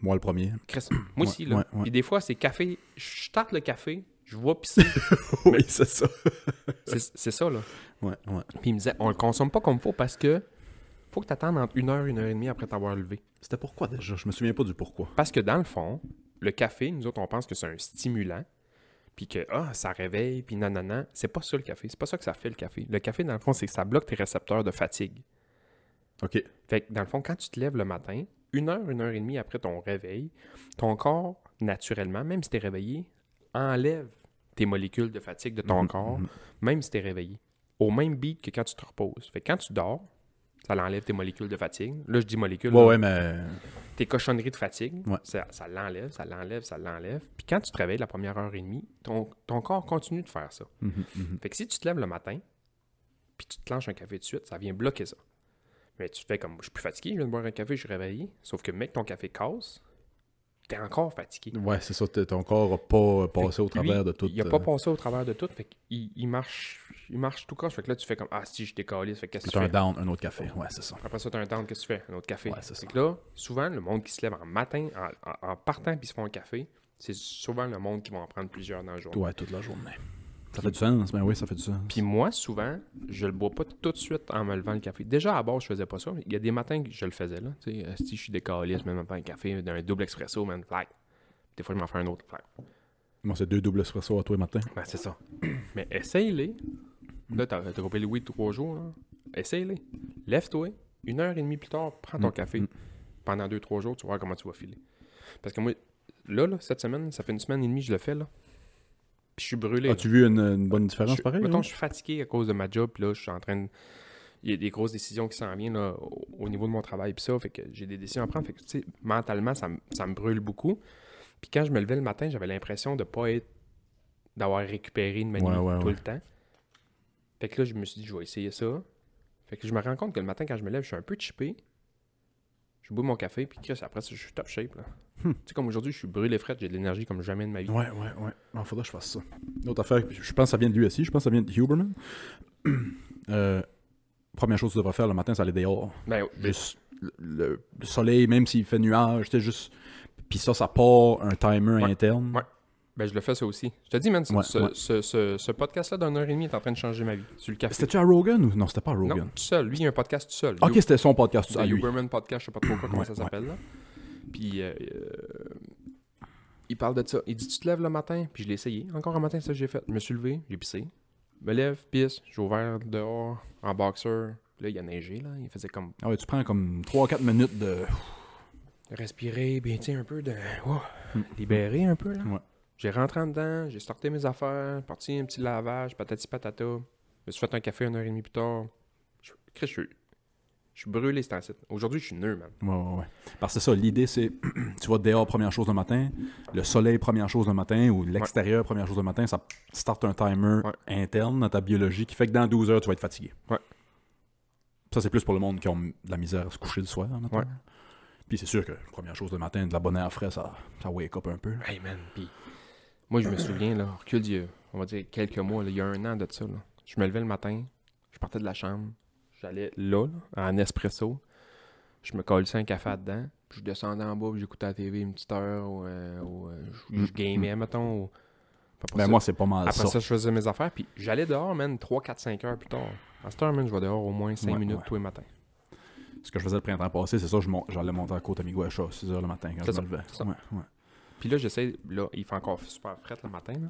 [SPEAKER 2] Moi, le premier.
[SPEAKER 3] Chris, moi aussi, là.
[SPEAKER 2] ouais, ouais.
[SPEAKER 3] Puis des fois, c'est café, je tarte le café, je vois pisser.
[SPEAKER 2] oui, c'est ça.
[SPEAKER 3] c'est c'est ça, là.
[SPEAKER 2] Ouais, ouais.
[SPEAKER 3] Puis il me disait, on le consomme pas comme faut parce que faut que t'attendes entre une heure, une heure et demie après t'avoir levé.
[SPEAKER 2] C'était pourquoi déjà? Je me souviens pas du pourquoi.
[SPEAKER 3] Parce que dans le fond, le café, nous autres, on pense que c'est un stimulant, puis que ah, ça réveille, puis nanana. C'est pas ça le café, c'est pas ça que ça fait le café. Le café, dans le fond, c'est que ça bloque tes récepteurs de fatigue.
[SPEAKER 2] OK.
[SPEAKER 3] Fait que dans le fond, quand tu te lèves le matin, une heure, une heure et demie après ton réveil, ton corps, naturellement, même si t'es réveillé, enlève tes molécules de fatigue de ton corps, même si t'es réveillé, au même beat que quand tu te reposes. Fait que quand tu dors, ça l'enlève tes molécules de fatigue. Là, je dis molécules.
[SPEAKER 2] Ouais,
[SPEAKER 3] là,
[SPEAKER 2] ouais, mais.
[SPEAKER 3] tes cochonneries de fatigue,
[SPEAKER 2] Ouais.
[SPEAKER 3] ça, ça l'enlève, ça l'enlève, ça l'enlève. Puis quand tu travailles la première heure et demie, ton, ton corps continue de faire ça.
[SPEAKER 2] Mhm, mhm.
[SPEAKER 3] Fait que si tu te lèves le matin, puis tu te lances un café de suite, ça vient bloquer ça. Mais tu fais comme, je suis plus fatigué, je viens de boire un café, je suis réveillé. Sauf que, mec, ton café casse, t'es encore fatigué.
[SPEAKER 2] Ouais, c'est ça. t'es- Ton corps a pas euh, passé au
[SPEAKER 3] Lui,
[SPEAKER 2] travers de tout.
[SPEAKER 3] Il a
[SPEAKER 2] euh,
[SPEAKER 3] pas passé au travers de tout. Fait qu'il il marche, il marche tout croche. Fait que là, tu fais comme, ah si, je décalise, fait que qu'est-ce que
[SPEAKER 2] C'est
[SPEAKER 3] tu
[SPEAKER 2] un
[SPEAKER 3] fais?
[SPEAKER 2] down, un autre café. Ouais, c'est ça.
[SPEAKER 3] Après ça, t'as un temps, qu'est-ce que tu fais? Un autre café.
[SPEAKER 2] Ouais, c'est
[SPEAKER 3] Fait
[SPEAKER 2] ça.
[SPEAKER 3] que là, souvent, le monde qui se lève en matin, en, en- en partant puis se font un café, c'est souvent le monde qui va en prendre plusieurs dans le jour.
[SPEAKER 2] Ouais, toute la journée. Ça fait du sens? Ben oui, ça fait du sens.
[SPEAKER 3] Puis moi, souvent, je le bois pas tout de suite en me levant le café. Déjà, à bord, je faisais pas ça. mais Il y a des matins que je le faisais, là. Tu sais, euh, si je suis décalé, je mets même pas un café, d'un double expresso, man, flac. Des fois, je m'en fais un autre, flac.
[SPEAKER 2] Moi, c'est deux doubles espresso à tous les matins.
[SPEAKER 3] Ben, c'est ça. Mais essaye-les. Là, t'as t'as coupé le weed trois jours, là. Essaye-les. Lève-toi. Une heure et demie plus tard, prends ton café. Pendant deux, trois jours, tu vas voir comment tu vas filer. Parce que moi, là, là, cette semaine, ça fait une semaine et demie, je le fais, là. Puis je suis brûlé. là. Ah,
[SPEAKER 2] As-tu vu une, une bonne différence
[SPEAKER 3] Je-
[SPEAKER 2] Ah pareil? hein.
[SPEAKER 3] mettons,
[SPEAKER 2] là?
[SPEAKER 3] je suis fatigué à cause de ma job, puis là, je suis en train de. il y a des grosses décisions qui s'en viennent là, au au niveau de mon travail puis ça, fait que j'ai des décisions à prendre, fait que tu sais, mentalement ça, me- ça me brûle beaucoup. Puis quand je me levais le matin, j'avais l'impression de pas être d'avoir récupéré de ma
[SPEAKER 2] Ouais,
[SPEAKER 3] nuit
[SPEAKER 2] ouais,
[SPEAKER 3] tout
[SPEAKER 2] ouais.
[SPEAKER 3] le temps. Fait que là je me suis dit je vais essayer ça. Fait que je me rends compte que le matin quand je me lève, je suis un peu chippé. Je bois mon café puis Chris, après ça, je suis top shape là. Tu sais comme aujourd'hui, je suis brûlé frette, j'ai de l'énergie comme jamais de ma vie.
[SPEAKER 2] Hmm. Ouais, ouais, ouais. Il faudrait que je fasse ça. L'autre affaire, je je pense que ça vient de lui aussi. Je pense que ça vient de Huberman. Euh, première chose que tu devrais faire le matin, c'est aller dehors.
[SPEAKER 3] Ben,
[SPEAKER 2] Juste le, le- le soleil, même s'il fait nuage, tu sais, juste. Puis ça, ça part un timer
[SPEAKER 3] Ouais,
[SPEAKER 2] interne.
[SPEAKER 3] ouais. Ben, je le fais ça aussi. Je te dis, man, ce-
[SPEAKER 2] Ouais,
[SPEAKER 3] ce,
[SPEAKER 2] ouais.
[SPEAKER 3] ce- ce- ce podcast-là d'un heure et demie est en train de changer ma vie. Sur le café.
[SPEAKER 2] C'était-tu à Rogan ou non, c'était pas à
[SPEAKER 3] Non,
[SPEAKER 2] Rogan?
[SPEAKER 3] tout seul. Lui, il a un podcast tout seul.
[SPEAKER 2] Ok,
[SPEAKER 3] You-
[SPEAKER 2] c'était son podcast
[SPEAKER 3] The
[SPEAKER 2] à lui.
[SPEAKER 3] Huberman Podcast, je sais pas trop quoi, comment
[SPEAKER 2] Ouais,
[SPEAKER 3] ça
[SPEAKER 2] ouais.
[SPEAKER 3] s'appelle. là. Puis, euh, euh, il parle de ça. Il dit Tu te lèves le matin, puis je l'ai essayé. Encore un matin, c'est ça que j'ai fait. Je me suis levé, j'ai pissé. Me lève, pisse, j'ai ouvert dehors, en boxeur. Là, il a neigé, là. Il faisait comme
[SPEAKER 2] Ah ouais, tu prends comme 3-4 minutes de.
[SPEAKER 3] respirer, bien, tiens, un peu de. oh, libérer un peu, là.
[SPEAKER 2] Ouais.
[SPEAKER 3] J'ai rentré en dedans, j'ai sorti mes affaires, parti un petit lavage, patati patata. Je me suis fait un café une heure et demie plus tard. Je, Chris, je, suis- je suis brûlé, c'est ainsi. Aujourd'hui, je suis nœud, man.
[SPEAKER 2] Ouais, ouais, ouais. Parce que c'est ça, l'idée, c'est tu vas dehors première chose le matin, le soleil première chose le matin, ou l'extérieur première chose le matin, ça starte un timer
[SPEAKER 3] Ouais.
[SPEAKER 2] interne dans ta biologie qui fait que dans 12 heures, tu vas être fatigué.
[SPEAKER 3] Ouais.
[SPEAKER 2] Ça, c'est plus pour le monde qui ont de la misère à se coucher le soir. hein, mettons.
[SPEAKER 3] Ouais.
[SPEAKER 2] Puis c'est sûr que première chose le matin, de la bonne air frais, ça, ça wake up un peu.
[SPEAKER 3] Hey, man. Puis, moi, je me souviens, là, au recul, d'il y a, on va dire quelques mois, là, il y a un an de ça, là. Je me levais le matin, je partais de la chambre, j'allais là, là, en espresso. Je me collais un café dedans, puis je descendais en bas, puis j'écoutais la TV une petite heure, ou, euh, ou, euh, je, je gamais, mettons. ou- Puis après
[SPEAKER 2] Mm-hmm. Ben
[SPEAKER 3] ça-
[SPEAKER 2] moi, c'est pas mal
[SPEAKER 3] Après
[SPEAKER 2] ça.
[SPEAKER 3] ça, je faisais mes affaires, puis j'allais dehors, man, 3, 4, 5 heures plus tard. À cette heure, man, je vais dehors au moins 5
[SPEAKER 2] Ouais,
[SPEAKER 3] minutes
[SPEAKER 2] ouais.
[SPEAKER 3] tous les matins.
[SPEAKER 2] Ce que je faisais le printemps passé, c'est ça, je mon- j'allais monter à côte à Miguacha à 6 heures le matin quand
[SPEAKER 3] C'est
[SPEAKER 2] je
[SPEAKER 3] ça,
[SPEAKER 2] me levais.
[SPEAKER 3] c'est ça.
[SPEAKER 2] Ouais, ouais.
[SPEAKER 3] Puis là, j'essaie, là, il fait encore super fret le matin, là.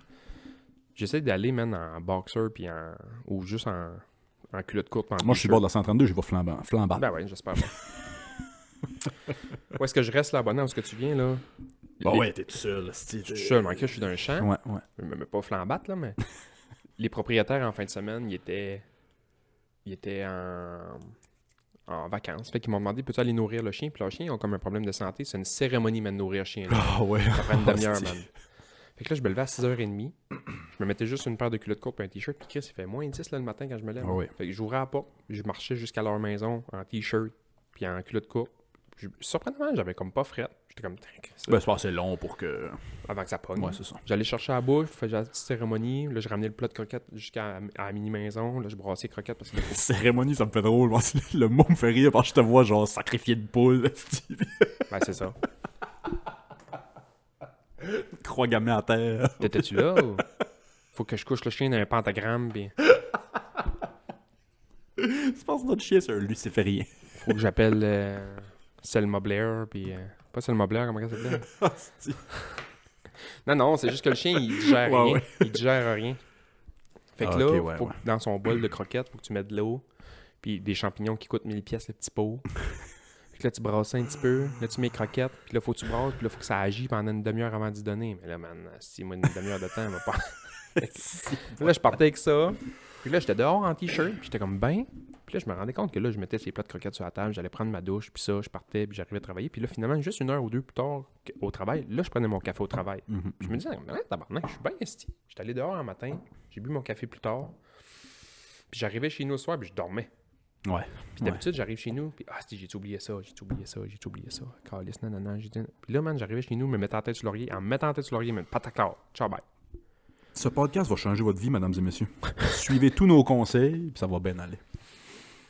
[SPEAKER 3] J'essaie d'aller, man, en boxer, puis en. ou juste en, en culotte courte. puis en
[SPEAKER 2] Moi, je suis
[SPEAKER 3] t-shirt.
[SPEAKER 2] bord de la 132, j'y vais flambant. flambant.
[SPEAKER 3] Ben ouais, j'espère pas. où est-ce que je reste là, bonne heure, où est-ce que tu viens, là? Les-
[SPEAKER 2] Ah t'es tout seul. Si,
[SPEAKER 3] Je suis seul, mais que je suis dans un champ.
[SPEAKER 2] Bah Ouais, ouais.
[SPEAKER 3] je me mets pas flambate là, mais les propriétaires en fin de semaine, ils étaient, ils étaient en, en vacances. Fait qu'ils m'ont demandé, peux-tu aller nourrir le chien? Puis leur chien, ils ont comme un problème de santé. C'est une cérémonie, man, de nourrir le chien. là.
[SPEAKER 2] Ah ouais.
[SPEAKER 3] Ça prend une demi-heure,
[SPEAKER 2] Hostie.
[SPEAKER 3] man. Fait que là, je me levais à 6h30. Je me mettais juste une paire de culottes courtes et un t-shirt. Puis Chris, il fait moins 10 là, le matin quand je me lève.
[SPEAKER 2] Ah oui.
[SPEAKER 3] Fait que j'ouvrais la porte. Je marchais jusqu'à leur maison en t-shirt puis en culotte courte. Je- Surprenamment, j'avais comme pas fret. J'étais comme, Chris,
[SPEAKER 2] Ben, c'est pas assez long pour que.
[SPEAKER 3] avant que ça pogne.
[SPEAKER 2] Ouais, c'est ça.
[SPEAKER 3] J'allais chercher à la bouffe, faisais la petite cérémonie. Là, je ramenais le plat de croquettes jusqu'à à la mini-maison. Là, je brassais les croquettes parce que.
[SPEAKER 2] Cérémonie, ça me fait drôle. moi. Le mot me fait rire parce que je te vois, genre, sacrifier de poule, style.
[SPEAKER 3] ben, c'est ça.
[SPEAKER 2] croix gammée à terre.
[SPEAKER 3] T'étais-tu là ou. Faut que je couche le chien dans un pentagramme, puis
[SPEAKER 2] Je pense que notre chien, c'est un luciférien.
[SPEAKER 3] faut que j'appelle euh, Selma Blair, puis. euh, Pas Selma Blair, comment elle s'appelle
[SPEAKER 2] Hostie.
[SPEAKER 3] Non, non, c'est juste que le chien, il digère
[SPEAKER 2] Ouais,
[SPEAKER 3] rien.
[SPEAKER 2] ouais.
[SPEAKER 3] Il digère rien. Fait que
[SPEAKER 2] Ah,
[SPEAKER 3] là,
[SPEAKER 2] ok, ouais,
[SPEAKER 3] faut
[SPEAKER 2] ouais.
[SPEAKER 3] que dans son bol de croquettes, faut que tu mettes de l'eau, puis des champignons qui coûtent 1000 pièces le petit pot. Fait que là, tu brasses ça un petit peu, là, tu mets les croquettes, puis là, faut que tu brasses, puis là, faut que ça agit pendant une demi-heure avant d'y donner. Mais là, man, si moi, une demi-heure de temps, elle va pas. là, je partais avec ça, puis là, j'étais dehors en t-shirt, puis j'étais comme ben. Puis là, je me rendais compte que là, je mettais ces plats de croquettes sur la table, j'allais prendre ma douche, puis ça, je partais, puis j'arrivais à travailler. Puis là, finalement, juste une heure ou deux plus tard que- au travail, là, je prenais mon café au travail. Je me disais, mais ouais, tabarnak, je suis bien esti. J'étais allé dehors un matin, j'ai bu mon café plus tard. Puis j'arrivais chez nous le soir, puis je dormais.
[SPEAKER 2] Ouais.
[SPEAKER 3] Puis d'habitude, j'arrive chez nous, puis ah, si, j'ai oublié ça, j'ai oublié ça, j'ai oublié ça. Calice, nanana, j'ai dit. Puis là, man, j'arrivais chez nous, me mettais la tête sur l'oreiller, en me mettant la tête sur l'oreiller, man, pataclar, ciao, bye.
[SPEAKER 2] Ce podcast va changer votre vie, mesdames et messieurs. Suivez tous nos conseils, puis ça va bien aller.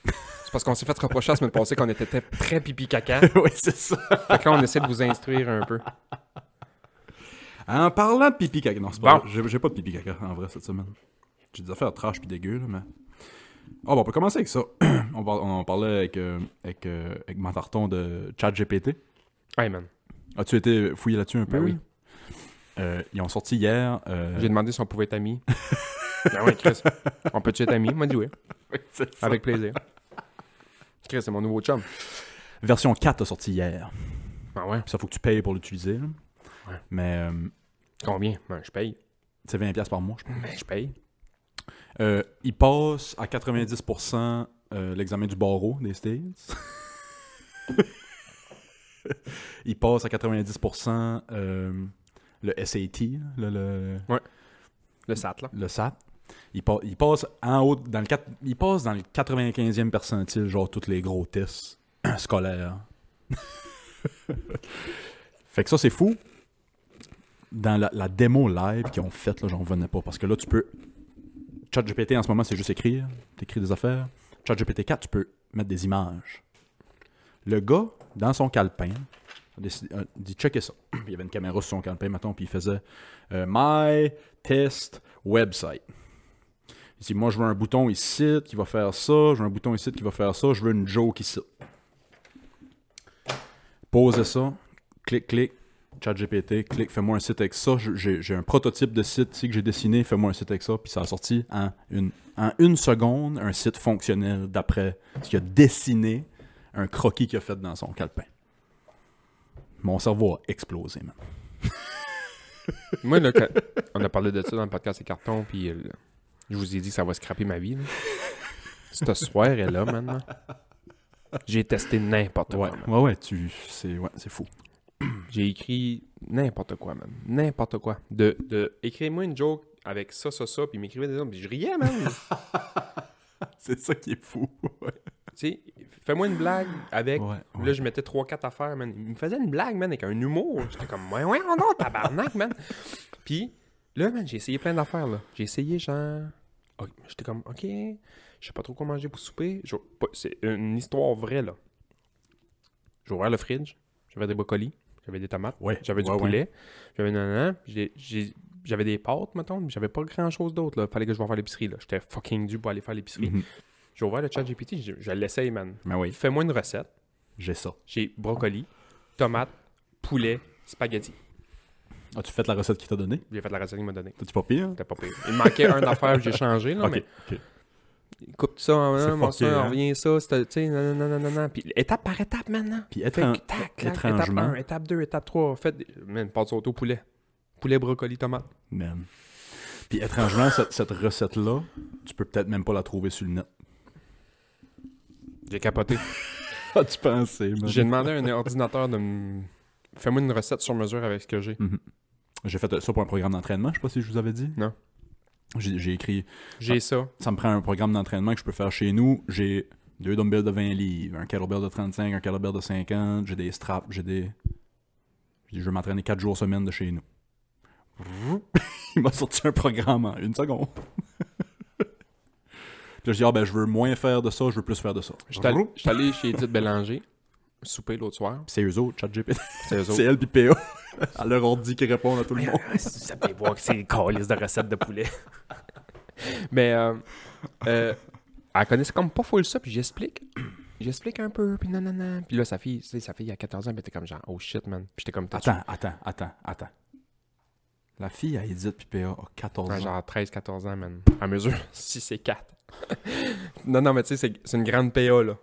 [SPEAKER 3] C'est parce qu'on s'est fait reprocher la semaine passée qu'on était très- très pipi caca.
[SPEAKER 2] oui, c'est ça.
[SPEAKER 3] Fait que là, on essaie de vous instruire un peu.
[SPEAKER 2] En parlant de pipi caca. Non, c'est pas.
[SPEAKER 3] Bon.
[SPEAKER 2] vrai. J'ai j'ai pas de pipi caca, en vrai, cette semaine. J'ai des affaires trash puis dégueu, là, mais. Ah, bon, on peut commencer avec ça. on, par- on parlait avec, euh, avec, euh, avec ma tarton de ChatGPT.
[SPEAKER 3] Hey, man.
[SPEAKER 2] As-tu été fouillé là-dessus un peu?
[SPEAKER 3] Ben oui.
[SPEAKER 2] Euh, ils ont sorti hier. euh,
[SPEAKER 3] J'ai demandé si on pouvait être amis. ben ouais, Chris. On peut-tu être amis? Il m'a dit oui. Avec plaisir. Chris, c'est mon nouveau chum.
[SPEAKER 2] Version 4 a sorti hier.
[SPEAKER 3] Ben ouais.
[SPEAKER 2] Puis ça, faut que tu payes pour l'utiliser. là.
[SPEAKER 3] Ouais.
[SPEAKER 2] Mais euh,
[SPEAKER 3] Combien? Ben, je paye.
[SPEAKER 2] c'est 20$ piastres par mois, je pense.
[SPEAKER 3] Ben, je paye.
[SPEAKER 2] Euh, il passe à 90% euh, l'examen du barreau des States. il passe à 90% euh, le SAT, là, le,
[SPEAKER 3] Le SAT, là.
[SPEAKER 2] le SAT. Il, pa- il passe en haut, dans le, quatre- il passe dans le 95e percentile, genre tous les gros tests scolaires. fait que ça, c'est fou. Dans la, la démo live qu'ils ont faite, là, j'en revenais pas. Parce que là, tu peux. ChatGPT en ce moment, c'est juste écrire. T'écris des affaires. ChatGPT 4, tu peux mettre des images. Le gars, dans son calepin, a décidé- a dit checker ça. Il y avait une caméra sur son calepin, mettons, puis il faisait euh, My Test Website. Il dit Moi, je veux un bouton ici qui va faire ça, je veux un bouton ici qui va faire ça, je veux une joke ici. Posez ça, clic, clic, chat GPT, clic, fais-moi un site avec ça. Je- J'ai j'ai un prototype de site ici que j'ai dessiné, fais-moi un site avec ça. Puis ça a sorti en une, en une seconde un site fonctionnel d'après ce qu'il a dessiné, un croquis qu'il a fait dans son calepin. Mon cerveau a explosé, man.
[SPEAKER 3] Moi, là, quand- on a parlé de ça dans le podcast des cartons, puis euh, je vous ai dit que ça va scraper ma vie. là. Cette soir est là, maintenant. J'ai testé n'importe quoi. man.
[SPEAKER 2] ouais, ouais, tu. C'est ouais, c'est fou.
[SPEAKER 3] J'ai écrit n'importe quoi, man. N'importe quoi. De, de écrivez-moi une joke avec ça, ça, ça, puis m'écrivez des noms, puis je riais, man.
[SPEAKER 2] C'est ça qui est fou.
[SPEAKER 3] tu sais, fais-moi une blague avec.
[SPEAKER 2] Ouais,
[SPEAKER 3] Là,
[SPEAKER 2] ouais.
[SPEAKER 3] je mettais 3-4 affaires, man. Il me faisait une blague, man, avec un humour. J'étais comme, ouais, ouais, non, tabarnak, man. Puis, là, man, j'ai essayé plein d'affaires, là. J'ai essayé, genre. ok, J'étais comme, ok, je sais pas trop quoi manger pour souper. Je- pas- C'est une histoire vraie, là. J'ai ouvert le fridge, j'avais des brocolis, j'avais des tomates,
[SPEAKER 2] Ouais,
[SPEAKER 3] j'avais du
[SPEAKER 2] ouais, ouais.
[SPEAKER 3] poulet, j'avais nanana, j'ai- j'ai- j'avais des pâtes, mettons, mais j'avais pas grand chose d'autre, là. Fallait que je vais faire l'épicerie, là. J'étais fucking dû pour aller faire l'épicerie. J'ai ouvert le chat GPT, je, je l'essaye, man.
[SPEAKER 2] Mais Mm-hmm. Ben oui,
[SPEAKER 3] Fais-moi une recette.
[SPEAKER 2] j'ai ça.
[SPEAKER 3] J'ai brocoli, tomate, poulet, spaghetti.
[SPEAKER 2] As-tu fait la recette qu'il t'a donnée?
[SPEAKER 3] J'ai fait la recette qu'il m'a donnée.
[SPEAKER 2] T'as-tu pas pire?
[SPEAKER 3] C'était pas pire. Il me manquait un affaire que j'ai changé, là,
[SPEAKER 2] Ok, ok.
[SPEAKER 3] mais coupe ça, en
[SPEAKER 2] C'est
[SPEAKER 3] un, mange
[SPEAKER 2] fucké,
[SPEAKER 3] ça,
[SPEAKER 2] hein.
[SPEAKER 3] en revient ça, c'est- tu sais, non, non, non, non, non. Puis étape par étape, maintenant.
[SPEAKER 2] Puis
[SPEAKER 3] Fait
[SPEAKER 2] étran-
[SPEAKER 3] que, tac, clac,
[SPEAKER 2] étrangement-
[SPEAKER 3] Étape 1, étape 2, étape 3. Faites, des- man, pas de sauter au poulet. Poulet, brocoli, tomate.
[SPEAKER 2] Man. Puis étrangement, cette, cette recette-là, tu peux peut-être même pas la trouver sur le net.
[SPEAKER 3] J'ai capoté.
[SPEAKER 2] As-tu pensé, man?
[SPEAKER 3] j'ai demandé à un ordinateur de me... Fais-moi une recette sur mesure avec ce que j'ai.
[SPEAKER 2] Mhm. J'ai fait ça pour un programme d'entraînement, je sais pas si je vous avais dit.
[SPEAKER 3] Non.
[SPEAKER 2] J'ai j'ai écrit,
[SPEAKER 3] J'ai ça.
[SPEAKER 2] ça me prend un programme d'entraînement que je peux faire chez nous. J'ai deux dumbbells de 20 livres, un kettlebell de 35, un kettlebell de 50, j'ai des straps, j'ai des... Je vais m'entraîner 4 jours semaine de chez nous. Il m'a sorti un programme en une seconde. Puis là, je dis, ah ben, je veux moins faire de ça, je veux plus faire de ça.
[SPEAKER 3] J'étais allé- j'étais allé chez Edith Bélanger, souper l'autre soir.
[SPEAKER 2] C'est eux autres, ChatGPT.
[SPEAKER 3] C'est eux autres.
[SPEAKER 2] C'est elle pis PA. À leur ordi qui répondent à tout le monde.
[SPEAKER 3] Vous allez voir que c'est une calice de recettes de poulet. Mais euh, euh, elle connaissait comme pas full ça, puis j'explique. J'explique un peu, puis nanana. Puis là, sa fille, tu sais, sa fille, à 14 ans, elle était comme genre, oh shit, man. Puis j'étais comme, t'as-tu-
[SPEAKER 2] Attends, attends, attends, attends. La fille à Edith pis PA a 14
[SPEAKER 3] Ouais,
[SPEAKER 2] ans.
[SPEAKER 3] genre 13, 14 ans, man. À mesure, si c'est 4. non, non, mais tu sais, c'est- c'est une grande PA, là.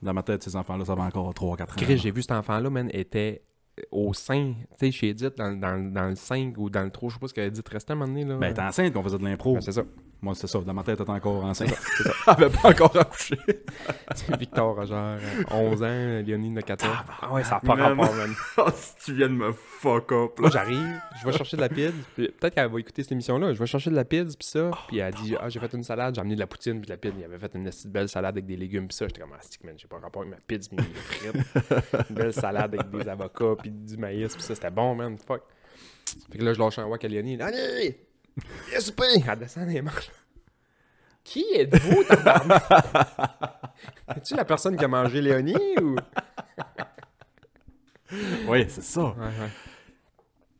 [SPEAKER 2] Dans ma tête, ces enfants-là, ça va encore 3-4
[SPEAKER 3] Chris,
[SPEAKER 2] ans.
[SPEAKER 3] j'ai vu cet enfant-là, man, était euh, au sein, tu sais, chez Edith, dans, dans- dans le 5 ou dans le 3, je sais pas ce qu'elle dit, restait à un moment donné, là.
[SPEAKER 2] Ben, t'es enceinte qu'on faisait de l'impro.
[SPEAKER 3] Ben, c'est ça.
[SPEAKER 2] Moi, c'est ça. Dans ma tête, t'es encore enceinte. Elle avait pas encore accouché.
[SPEAKER 3] Victor Roger, euh, 11 ans, Léonine de 14. Ah ouais, ça n'a pas
[SPEAKER 2] man.
[SPEAKER 3] rapport, man.
[SPEAKER 2] oh, si tu viens de me fuck up,
[SPEAKER 3] Moi, j'arrive, je vais chercher de la pizza. Puis Peut-être qu'elle va écouter cette émission-là. Je vais chercher de la pizza, puis ça. Puis elle dit Ah, j'ai fait une salade, j'ai amené de la poutine, puis de la pizza. Il avait fait une assez belle salade avec des légumes, puis ça. J'étais comme Ah, stick, man, j'ai pas rapport avec ma pizza, mais mes frites. une belle salade avec des avocats, puis du maïs, puis ça. C'était bon, man, fuck. Fait que là, je lâche un wack à Léonie. Allez Viens souper Elle descend des marches. Qui êtes-vous, tabarnak? Es-tu la personne qui a mangé Léonie ou.
[SPEAKER 2] Oui, c'est ça.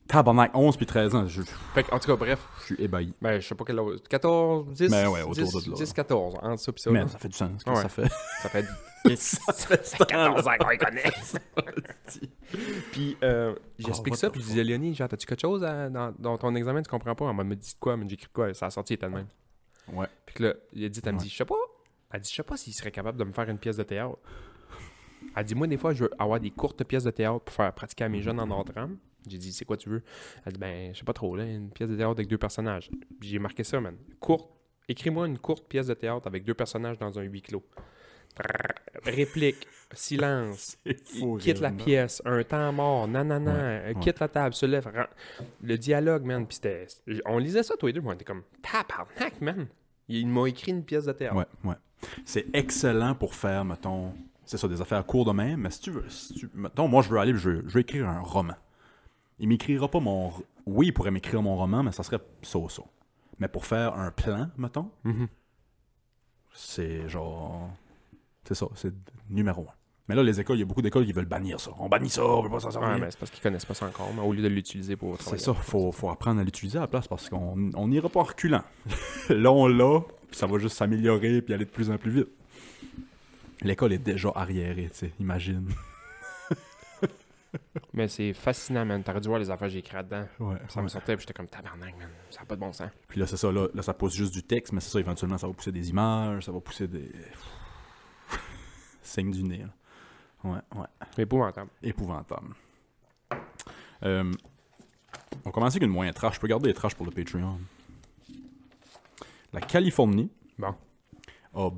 [SPEAKER 2] Tabarnak, 11 puis 13 ans. Je,
[SPEAKER 3] Fait que, en tout cas, bref,
[SPEAKER 2] je suis ébahi.
[SPEAKER 3] ben, je sais pas quelle autre. 14, 10,
[SPEAKER 2] Ben ouais, autour
[SPEAKER 3] 10,
[SPEAKER 2] de là.
[SPEAKER 3] 10, 14, entre hein, ça pis ça.
[SPEAKER 2] Man,
[SPEAKER 3] là.
[SPEAKER 2] ça fait du sens. Qu'est-ce que
[SPEAKER 3] Ouais.
[SPEAKER 2] ça fait?
[SPEAKER 3] Ça fait
[SPEAKER 2] ça fait
[SPEAKER 3] 14 ans qu'on les connaît. Puis, euh,
[SPEAKER 2] Ah,
[SPEAKER 3] j'explique
[SPEAKER 2] what
[SPEAKER 3] ça,
[SPEAKER 2] the
[SPEAKER 3] puis je disais, Léonie, genre, t'as-tu quelque chose à- dans, dans ton examen, tu comprends pas? Elle m'a dit de quoi, mais j'écris de quoi, ça a sorti, elle était de même.
[SPEAKER 2] Ouais.
[SPEAKER 3] Puis que là, il a dit, elle me
[SPEAKER 2] Ouais.
[SPEAKER 3] dit, je sais pas. Elle dit, je sais pas s'il serait capable de me faire une pièce de théâtre. Elle dit, moi, des fois, je veux avoir des courtes pièces de théâtre pour faire pratiquer à mes jeunes en notre âme. J'ai dit, c'est quoi tu veux? Elle dit, ben, je sais pas trop, là, une pièce de théâtre avec deux personnages. Puis J'ai marqué ça, man. Courte, Écris-moi une courte pièce de théâtre avec deux personnages dans un huis clos. Trrr, Réplique, silence,
[SPEAKER 2] fou,
[SPEAKER 3] quitte la
[SPEAKER 2] réellement.
[SPEAKER 3] pièce, un temps mort, nanana, euh, quitte la table, se lève, ran- le dialogue, man, pis c'était... On lisait ça tous les deux, moi, on était comme, tabarnak, man! Il m'a écrit une pièce de théâtre.
[SPEAKER 2] Ouais, ouais. C'est excellent pour faire, mettons, c'est ça, des affaires courtes de même, mais si tu veux, si tu- mettons, moi je veux aller, je veux, je veux écrire un roman. Il m'écrira pas mon. r- Oui, il pourrait m'écrire mon roman, mais ça serait so-so. Mais pour faire un plan, mettons, c'est genre. C'est ça, c'est numéro un. Mais là, les écoles, il y a beaucoup d'écoles qui veulent bannir ça. On bannit ça, on veut pas s'en
[SPEAKER 3] Ouais,
[SPEAKER 2] servir.
[SPEAKER 3] mais c'est parce qu'ils connaissent pas ça encore, mais au lieu de l'utiliser pour
[SPEAKER 2] C'est
[SPEAKER 3] travailler.
[SPEAKER 2] ça, faut, faut apprendre à l'utiliser à la place parce qu'on on n'ira pas en reculant. là, on l'a, puis ça va juste s'améliorer puis aller de plus en plus vite. L'école est déjà arriérée, tu sais, imagine.
[SPEAKER 3] Mais c'est fascinant, man. T'aurais dû voir les affaires que j'ai écrites dedans.
[SPEAKER 2] Ouais,
[SPEAKER 3] Ça me sortait, puis j'étais comme, tabarnak, man. Ça n'a pas de bon sens.
[SPEAKER 2] Puis là, c'est ça, là, là, ça pousse juste du texte, mais c'est ça, éventuellement, ça va pousser des images, ça va pousser des. Signe du nez, là. Ouais, ouais.
[SPEAKER 3] C'est épouvantable.
[SPEAKER 2] Épouvantable. Euh, on commence avec une moyenne trash. Je peux garder les trash pour le Patreon. La Californie
[SPEAKER 3] Bon,
[SPEAKER 2] a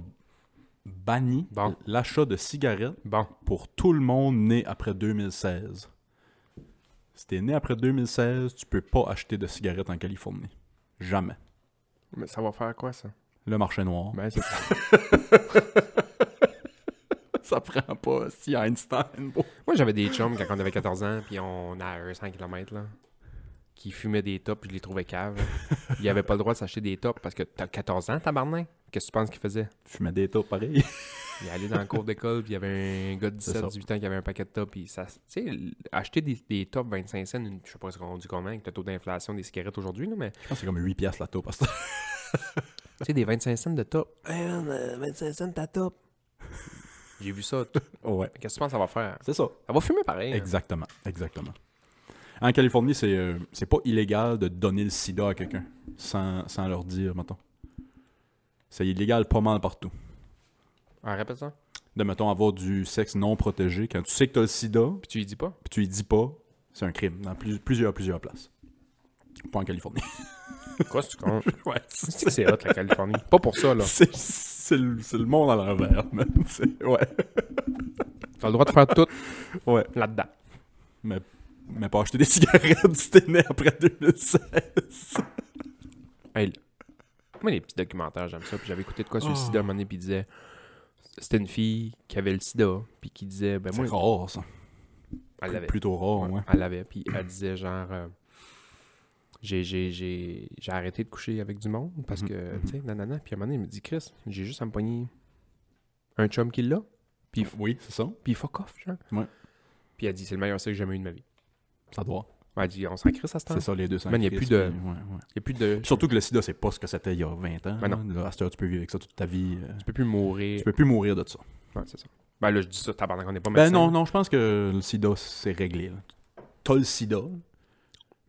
[SPEAKER 2] banni
[SPEAKER 3] Bon.
[SPEAKER 2] l'achat de cigarettes
[SPEAKER 3] bon.
[SPEAKER 2] pour tout le monde né après 2016. Si t'es né après 2016, tu peux pas acheter de cigarettes en Californie. Jamais.
[SPEAKER 3] Mais ça va faire quoi, ça?
[SPEAKER 2] Le marché noir.
[SPEAKER 3] Ben, c'est ça.
[SPEAKER 2] ça prend pas si Einstein. bon.
[SPEAKER 3] Moi, j'avais des chums quand on avait 14 ans, puis on a 100 km, là, qui fumaient des tops, puis je les trouvais caves. là. Ils n'avaient pas le droit de s'acheter des tops parce que t'as 14 ans, tabarnak. Qu'est-ce que tu penses qu'ils faisaient?
[SPEAKER 2] Fumais des tas pareil.
[SPEAKER 3] Ils allaient dans le cours d'école, puis il y avait un gars de
[SPEAKER 2] C'est
[SPEAKER 3] 17,
[SPEAKER 2] ça.
[SPEAKER 3] 18 ans qui avait un paquet de tops, puis ça. Tu sais, l- acheter des, des tops 25 cents, une- je sais pas ce qu'on dit comment, avec le taux d'inflation des cigarettes aujourd'hui, là, mais
[SPEAKER 2] Je pense que c'est comme 8 piastres la taupe. parce que-
[SPEAKER 3] Tu sais, des 25 cents de top. 25 cents de top. J'ai vu ça. Qu'est-ce
[SPEAKER 2] ouais.
[SPEAKER 3] que tu penses que ça va faire?
[SPEAKER 2] C'est ça.
[SPEAKER 3] Ça va fumer pareil. hein.
[SPEAKER 2] Exactement. Exactement. En Californie, c'est euh, c'est pas illégal de donner le sida à quelqu'un sans, sans leur dire, mettons. C'est illégal pas mal partout.
[SPEAKER 3] Ah, répète ça.
[SPEAKER 2] de, mettons, avoir du sexe non protégé, quand tu sais que t'as le sida,
[SPEAKER 3] Puis tu y dis pas.
[SPEAKER 2] puis tu y dis pas, c'est un crime dans plus- plusieurs, plusieurs places. Pas en Californie.
[SPEAKER 3] Quoi, c'est con?
[SPEAKER 2] ouais,
[SPEAKER 3] C'est que c'est hot, la Californie. Pas pour ça, là.
[SPEAKER 2] c'est, c'est le, c'est le monde à l'envers, man. C'est- Ouais,
[SPEAKER 3] T'as le droit de faire tout
[SPEAKER 2] ouais.
[SPEAKER 3] là-dedans.
[SPEAKER 2] Mais, mais pas acheter des cigarettes si t'es né après 2016.
[SPEAKER 3] Hey, là. Moi, les petits documentaires, j'aime ça. Puis j'avais écouté de
[SPEAKER 2] Ah.
[SPEAKER 3] quoi sur le sida à un moment donné, puis il disait... C'était une fille qui avait le sida, puis qui disait... Ben
[SPEAKER 2] C'est
[SPEAKER 3] moi,
[SPEAKER 2] rare, ça.
[SPEAKER 3] elle l'avait.
[SPEAKER 2] Plutôt rare, ouais.
[SPEAKER 3] Ouais, Elle l'avait, puis elle disait genre... euh, j'ai, j'ai, j'ai, j'ai arrêté de coucher avec du monde parce que,
[SPEAKER 2] Mm-hmm.
[SPEAKER 3] tu sais, nanana. Puis à un moment donné, il me dit, Chris, j'ai juste à me pogner un chum qui l'a, Puis-
[SPEAKER 2] Oui, c'est ça.
[SPEAKER 3] puis fuck off, genre.
[SPEAKER 2] Ouais.
[SPEAKER 3] Puis elle dit, c'est le meilleur sexe que j'ai jamais eu de ma vie.
[SPEAKER 2] Ça doit.
[SPEAKER 3] Elle dit, on s'en crisse à ce temps.
[SPEAKER 2] C'est ça, les deux.
[SPEAKER 3] Man, y a
[SPEAKER 2] sacrifices,
[SPEAKER 3] plus de-
[SPEAKER 2] puis- ouais, ouais.
[SPEAKER 3] Il n'y a plus de.
[SPEAKER 2] Surtout que le sida, c'est pas ce que c'était il y a 20 ans.
[SPEAKER 3] Ben non.
[SPEAKER 2] là. Là, à cette heure, tu peux vivre avec ça toute ta vie. euh,
[SPEAKER 3] Tu peux plus mourir.
[SPEAKER 2] Tu peux plus mourir de ça.
[SPEAKER 3] Ouais, c'est ça. Ben là, je dis ça, tabarnak, on n'est pas
[SPEAKER 2] Ben
[SPEAKER 3] médecin.
[SPEAKER 2] non, non, je pense que le sida, c'est réglé. là. T'as le sida,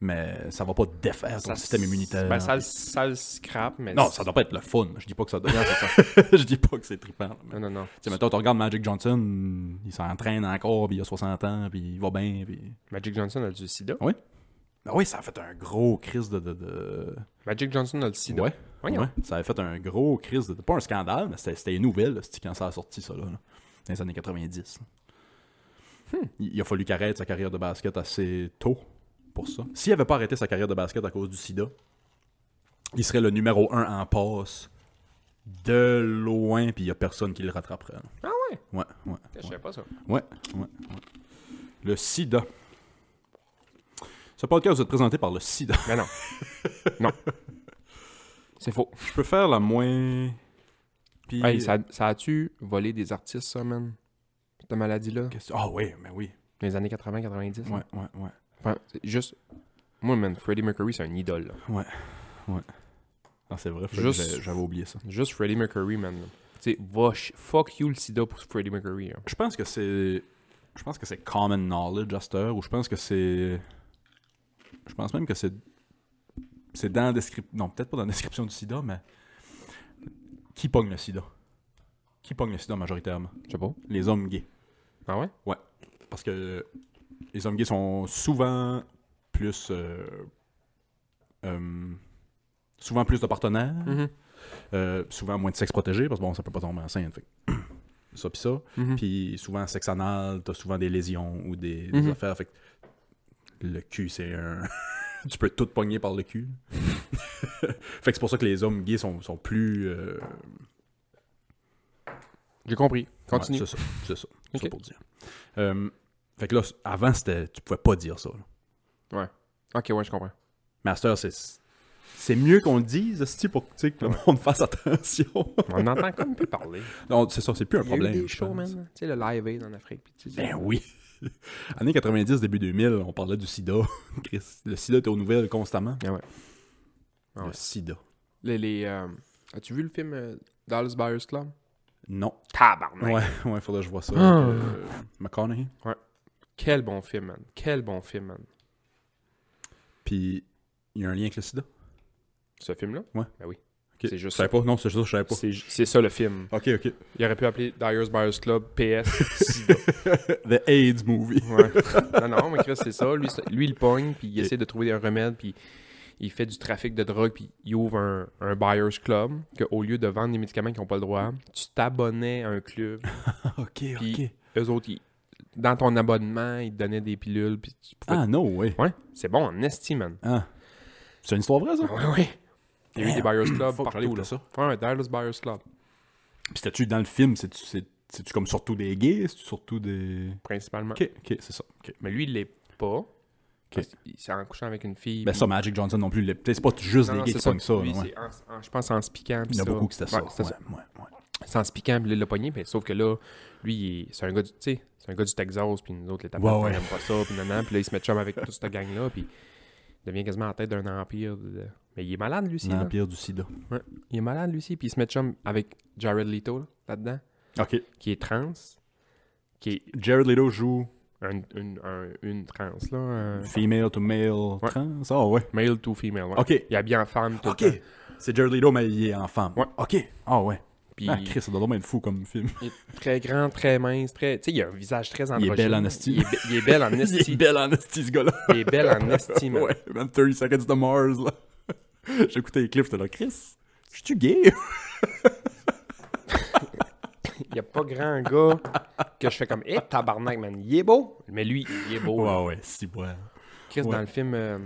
[SPEAKER 2] mais ça va pas défaire ton
[SPEAKER 3] Ça-
[SPEAKER 2] système immunitaire.
[SPEAKER 3] Ben, ça, le- ça le scrape, mais.
[SPEAKER 2] Non, ça doit pas être le fun. Je dis pas que ça doit Je dis pas que c'est trippant. Mais...
[SPEAKER 3] Non, non, non.
[SPEAKER 2] Tu sais, mettons, tu regardes Magic Johnson, il s'entraîne encore, puis il a 60 ans, puis il va bien, puis...
[SPEAKER 3] Magic Johnson a le sida.
[SPEAKER 2] Ben oui, ça a fait un gros crise de... de, de...
[SPEAKER 3] Magic Johnson a le sida.
[SPEAKER 2] Ouais,
[SPEAKER 3] Voyons.
[SPEAKER 2] ouais, ça a fait un gros crise de... Pas un scandale, mais c'était- c'était une nouvelle, là, c'est-tu, quand ça a sorti, ça, là, là, dans les années 90. là.
[SPEAKER 3] Hmm.
[SPEAKER 2] Il, il a fallu qu'il arrête sa carrière de basket assez tôt pour ça. S'il n'avait pas arrêté sa carrière de basket à cause du sida, il serait le numéro un en passe de loin, puis il n'y a personne qui le rattraperait. là.
[SPEAKER 3] Ah ouais?
[SPEAKER 2] Ouais, ouais,
[SPEAKER 3] Je savais pas ça.
[SPEAKER 2] ouais, ouais, ouais. Le sida. Ce podcast vous est présenté par le sida.
[SPEAKER 3] Ben non. non. C'est faux.
[SPEAKER 2] Je peux faire la moins... Puis... euh,
[SPEAKER 3] Hey, ça, ça a-tu volé des artistes, ça, man? Cette maladie-là?
[SPEAKER 2] Qu'est-ce- Ah oui, mais oui.
[SPEAKER 3] Dans les années 80-90?
[SPEAKER 2] Ouais, ouais, ouais.
[SPEAKER 3] Enfin, c'est juste. Moi, man, Freddie Mercury, c'est un idole, là.
[SPEAKER 2] Ah, c'est vrai,
[SPEAKER 3] Juste-
[SPEAKER 2] j'ai- j'avais oublié ça.
[SPEAKER 3] Juste Freddie Mercury, man. là. Tu sais, va ch- fuck you le sida pour Freddie Mercury. hein.
[SPEAKER 2] Je pense que c'est. Je pense que c'est common knowledge à cette heure, ou je pense que c'est. Je pense même que c'est. C'est dans la description. Non, peut-être pas dans la description du sida, mais. Qui pogne le sida Qui pogne le sida majoritairement
[SPEAKER 3] Je sais pas.
[SPEAKER 2] Les hommes gays.
[SPEAKER 3] Ah ouais?
[SPEAKER 2] Parce que les hommes gays sont souvent plus. euh, euh, souvent plus de partenaires.
[SPEAKER 3] Mhm.
[SPEAKER 2] Euh, souvent, moins de sexe protégé, parce que bon, ça peut pas tomber enceinte. Fait. que ça puis ça.
[SPEAKER 3] Mhm.
[SPEAKER 2] Puis souvent, sexe anal, t'as souvent des lésions ou des, des
[SPEAKER 3] Mhm.
[SPEAKER 2] affaires. Fait que le cul, c'est un. tu peux tout pogner par le cul. fait que c'est pour ça que les hommes gays sont, sont plus. euh,
[SPEAKER 3] J'ai compris. Continue.
[SPEAKER 2] ouais, c'est ça. C'est ça.
[SPEAKER 3] Ok.
[SPEAKER 2] ça pour dire. Euh, fait que là, avant, c'était, tu pouvais pas dire ça. là.
[SPEAKER 3] ok, ouais, je comprends.
[SPEAKER 2] Mais à cette heure, c'est. C'est mieux qu'on le dise, c'est pour tu sais, que le monde fasse attention.
[SPEAKER 3] On entend comme plus parler.
[SPEAKER 2] non, c'est ça, c'est plus un
[SPEAKER 3] Il y a eu
[SPEAKER 2] problème.
[SPEAKER 3] des
[SPEAKER 2] je
[SPEAKER 3] shows,
[SPEAKER 2] pense.
[SPEAKER 3] man. Tu sais, le Live Aid en Afrique. puis tu sais,
[SPEAKER 2] Ben oui. Années 90, début 2000, on parlait du sida. Chris, le sida était aux nouvelles constamment.
[SPEAKER 3] Ah ouais. Ah ouais.
[SPEAKER 2] Le sida.
[SPEAKER 3] Les, les, euh, As-tu vu le film euh, Dallas Buyers Club?
[SPEAKER 2] Non.
[SPEAKER 3] Tabarnak!
[SPEAKER 2] Ouais, ouais, faudrait que je vois ça.
[SPEAKER 3] Ah.
[SPEAKER 2] avec, euh, McConaughey.
[SPEAKER 3] Quel bon film, man. Quel bon film, man.
[SPEAKER 2] Puis, il y a un lien avec le sida.
[SPEAKER 3] Ce film-là?
[SPEAKER 2] Ouais.
[SPEAKER 3] Ben oui.
[SPEAKER 2] Ok.
[SPEAKER 3] C'est juste
[SPEAKER 2] Je savais pas. Non, c'est ça, je savais pas.
[SPEAKER 3] C'est c'est ça le film.
[SPEAKER 2] Ok, ok.
[SPEAKER 3] Il aurait pu appeler Dyer's Buyers Club PS.
[SPEAKER 2] The AIDS movie.
[SPEAKER 3] Ouais. non, non, mais Chris, c'est ça. Lui, c'est- lui, il pogne, puis il essaie de trouver des remèdes, puis il fait du trafic de drogue, puis il ouvre un, un Buyers Club, qu'au lieu de vendre des médicaments qu'ils n'ont pas le droit, tu t'abonnais à un club.
[SPEAKER 2] ok,
[SPEAKER 3] Puis, Eux autres, ils- dans ton abonnement, ils te donnaient des pilules, puis tu pouvais...
[SPEAKER 2] Ah, non, ouais.
[SPEAKER 3] Ouais, c'est bon en esti, man.
[SPEAKER 2] Ah. C'est une histoire vraie, ça?
[SPEAKER 3] Ouais, ouais. Il y a eu des Buyers Club
[SPEAKER 2] Faut que j'aille
[SPEAKER 3] partout,
[SPEAKER 2] écouter
[SPEAKER 3] là.
[SPEAKER 2] ça.
[SPEAKER 3] Ouais, Dyer's Buyers Club,
[SPEAKER 2] Puis, c'était-tu dans le film? C'est-tu c'est- c'est-tu comme surtout des gays? C'est-tu surtout des.
[SPEAKER 3] principalement.
[SPEAKER 2] Ok, ok, c'est ça. Ok.
[SPEAKER 3] Mais lui, il l'est pas. Parce qu'il s'est en couchant avec une fille.
[SPEAKER 2] Ben,
[SPEAKER 3] puis-
[SPEAKER 2] ça, Magic Johnson non plus. il est- peut-être C'est pas juste
[SPEAKER 3] Non, non,
[SPEAKER 2] des gays
[SPEAKER 3] c'est
[SPEAKER 2] qui pognent ça.
[SPEAKER 3] Lui,
[SPEAKER 2] ouais.
[SPEAKER 3] c'est en- en- je pense en se piquant. puis
[SPEAKER 2] Il y en a
[SPEAKER 3] ça.
[SPEAKER 2] beaucoup qui c'était ça.
[SPEAKER 3] Ouais, c'était ça.
[SPEAKER 2] ouais, ouais, ouais.
[SPEAKER 3] C'est en se piquant, puis il l'a pogné. ben, sauf que là, lui, il est- c'est un gars du, tu sais, c'est un gars du Texas, puis nous autres, les tapettes,
[SPEAKER 2] Ouais,
[SPEAKER 3] on
[SPEAKER 2] ouais.
[SPEAKER 3] aime pas ça, puis nanan, puis là, il se met de chum avec toute cette gang-là, puis il devient quasiment la tête d'un empire. de- Mais il est malade, lui aussi. là.
[SPEAKER 2] L'Empire du sida.
[SPEAKER 3] Il est malade, lui aussi, puis il se met de chum avec Jared Leto, là, là-dedans,
[SPEAKER 2] OK.
[SPEAKER 3] qui est trans, qui est
[SPEAKER 2] Jared Leto joue
[SPEAKER 3] un- une, un- une trans, là. un
[SPEAKER 2] female to male
[SPEAKER 3] Ouais.
[SPEAKER 2] trans. Ah ouais.
[SPEAKER 3] Male to female, ouais.
[SPEAKER 2] OK.
[SPEAKER 3] Il est habillé en femme, tout
[SPEAKER 2] OK.
[SPEAKER 3] le temps.
[SPEAKER 2] C'est Jared Leto, mais il est en femme.
[SPEAKER 3] Ouais.
[SPEAKER 2] OK. Ah ouais.
[SPEAKER 3] Puis
[SPEAKER 2] Ah, Chris, ça doit vraiment être fou comme film.
[SPEAKER 3] il est très grand, très mince, très... Tu sais, il a un visage très androgyne.
[SPEAKER 2] belle en esti.
[SPEAKER 3] Il est, be- il est belle en esti.
[SPEAKER 2] belle en esti, ce gars-là.
[SPEAKER 3] Il est belle en esti, man.
[SPEAKER 2] Ouais, même 30 Seconds to Mars, là. J'écoutais les clips, j'étais là, Chris, je suis gay?
[SPEAKER 3] Il n'y a pas grand gars que je fais comme, hé, tabarnak, man, il est beau. Mais lui, il est beau. là.
[SPEAKER 2] Ah Ouais, ouais, si, ouais.
[SPEAKER 3] Chris,
[SPEAKER 2] ouais.
[SPEAKER 3] dans le film. Euh...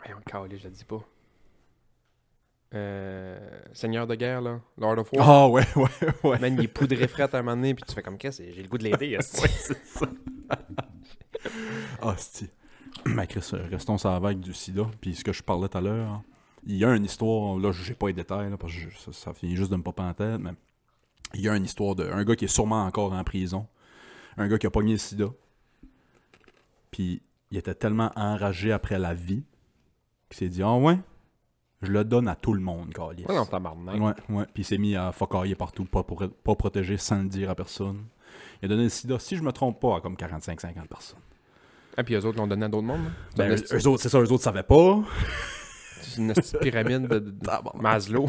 [SPEAKER 3] Voyons, calé, je le dis pas. Euh... Seigneur de guerre, là. Lord of War.
[SPEAKER 2] Ah ouais, ouais, ouais.
[SPEAKER 3] Man, il est poudré frette à un moment donné, puis tu fais comme, Chris, j'ai le goût de l'aider. esti.
[SPEAKER 2] Ah, si. Mais Chris, euh, restons sur la vague du sida. Puis ce que je parlais tout à l'heure, hein, il y a une histoire, là, j'ai pas les détails, là, parce que je- ça, ça finit juste de me popper en tête, mais il y a une histoire de un gars qui est sûrement encore en prison, un gars qui a pogné le sida. Puis il était tellement enragé après la vie qu'il s'est dit Ah ouais, je le donne à tout le monde, Carlis.
[SPEAKER 3] Ah non, tabarnak.
[SPEAKER 2] Ouais, ouais. Puis il s'est mis à focailler partout, pas, pour, pas protéger sans le dire à personne. Il a donné le sida, si je me trompe pas, à comme 45-50 personnes.
[SPEAKER 3] Ah, puis eux autres l'ont donné à d'autres mondes. là. C'est
[SPEAKER 2] Ben,
[SPEAKER 3] une
[SPEAKER 2] eux,
[SPEAKER 3] esti-
[SPEAKER 2] eux autres, c'est ça, eux autres savaient pas.
[SPEAKER 3] c'est une esti pyramide de, de- de
[SPEAKER 2] Tabarnak.
[SPEAKER 3] Maslow.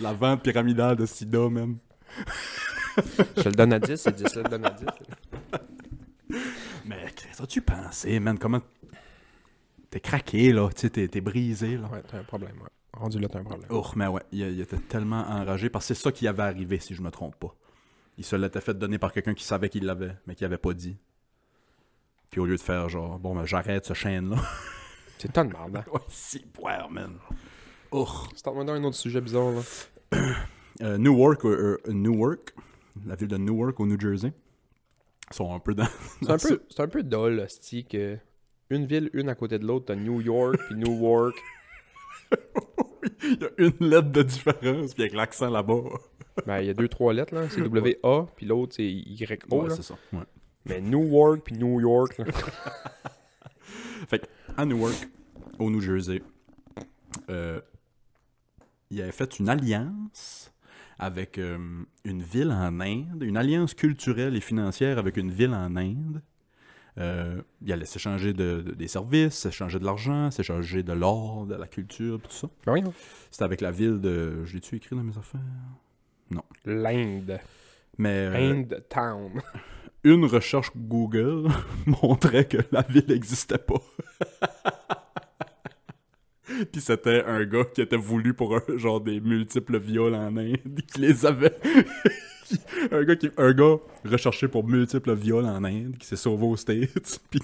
[SPEAKER 2] La vente pyramidale de Sida, même.
[SPEAKER 3] je le donne à 10, et 10 le donne à 10.
[SPEAKER 2] Mais qu'est-ce que tu pensé, man? Comment. T'es craqué, là. Tu sais, t'es, t'es brisé, là.
[SPEAKER 3] Ouais, t'as un problème, ouais. Rendu là, t'as un problème.
[SPEAKER 2] Oh, mais ouais, il, il était tellement enragé parce que c'est ça qui avait arrivé, si je me trompe pas. Il se l'était fait donner par quelqu'un qui savait qu'il l'avait, mais qui avait pas dit. Puis au lieu de faire genre, bon, ben, j'arrête ce chaîne-là.
[SPEAKER 3] C'est ton merde. Hein.
[SPEAKER 2] ouais, c'est boire, man. Oh.
[SPEAKER 3] Starte-moi dans un autre sujet bizarre, là.
[SPEAKER 2] Euh, Newark, euh, euh, Newark, la ville de Newark au New Jersey, sont un peu dans.
[SPEAKER 3] C'est un peu, Bah, c'est un peu dole, hostie, que une ville, une à côté de l'autre, t'as New York puis Newark.
[SPEAKER 2] Il y a une lettre de différence, puis avec l'accent là-bas.
[SPEAKER 3] Ben, il y a deux, trois lettres, là. C'est W-A, puis l'autre, c'est Y-O,
[SPEAKER 2] Ouais,
[SPEAKER 3] Oh, là.
[SPEAKER 2] c'est ça. Ouais.
[SPEAKER 3] Mais Newark puis New York, là.
[SPEAKER 2] Fait que, à Newark, au New Jersey, euh, il avait fait une alliance avec euh, une ville en Inde, une alliance culturelle et financière avec une ville en Inde. Euh, il allait s'échanger de, de- des services, s'échanger de l'argent, s'échanger de l'or, de la culture, puis tout ça.
[SPEAKER 3] Ben voyons.
[SPEAKER 2] C'était avec la ville de... Je l'ai-tu écrit dans mes affaires?
[SPEAKER 3] L'Inde.
[SPEAKER 2] Mais... euh,
[SPEAKER 3] Inde Town.
[SPEAKER 2] une recherche Google montrait que la ville n'existait pas. Puis c'était un gars qui était voulu pour un, genre des multiples viols en Inde, qui les avait. un, gars qui, un gars recherché pour multiples viols en Inde, qui s'est sauvé aux States, puis.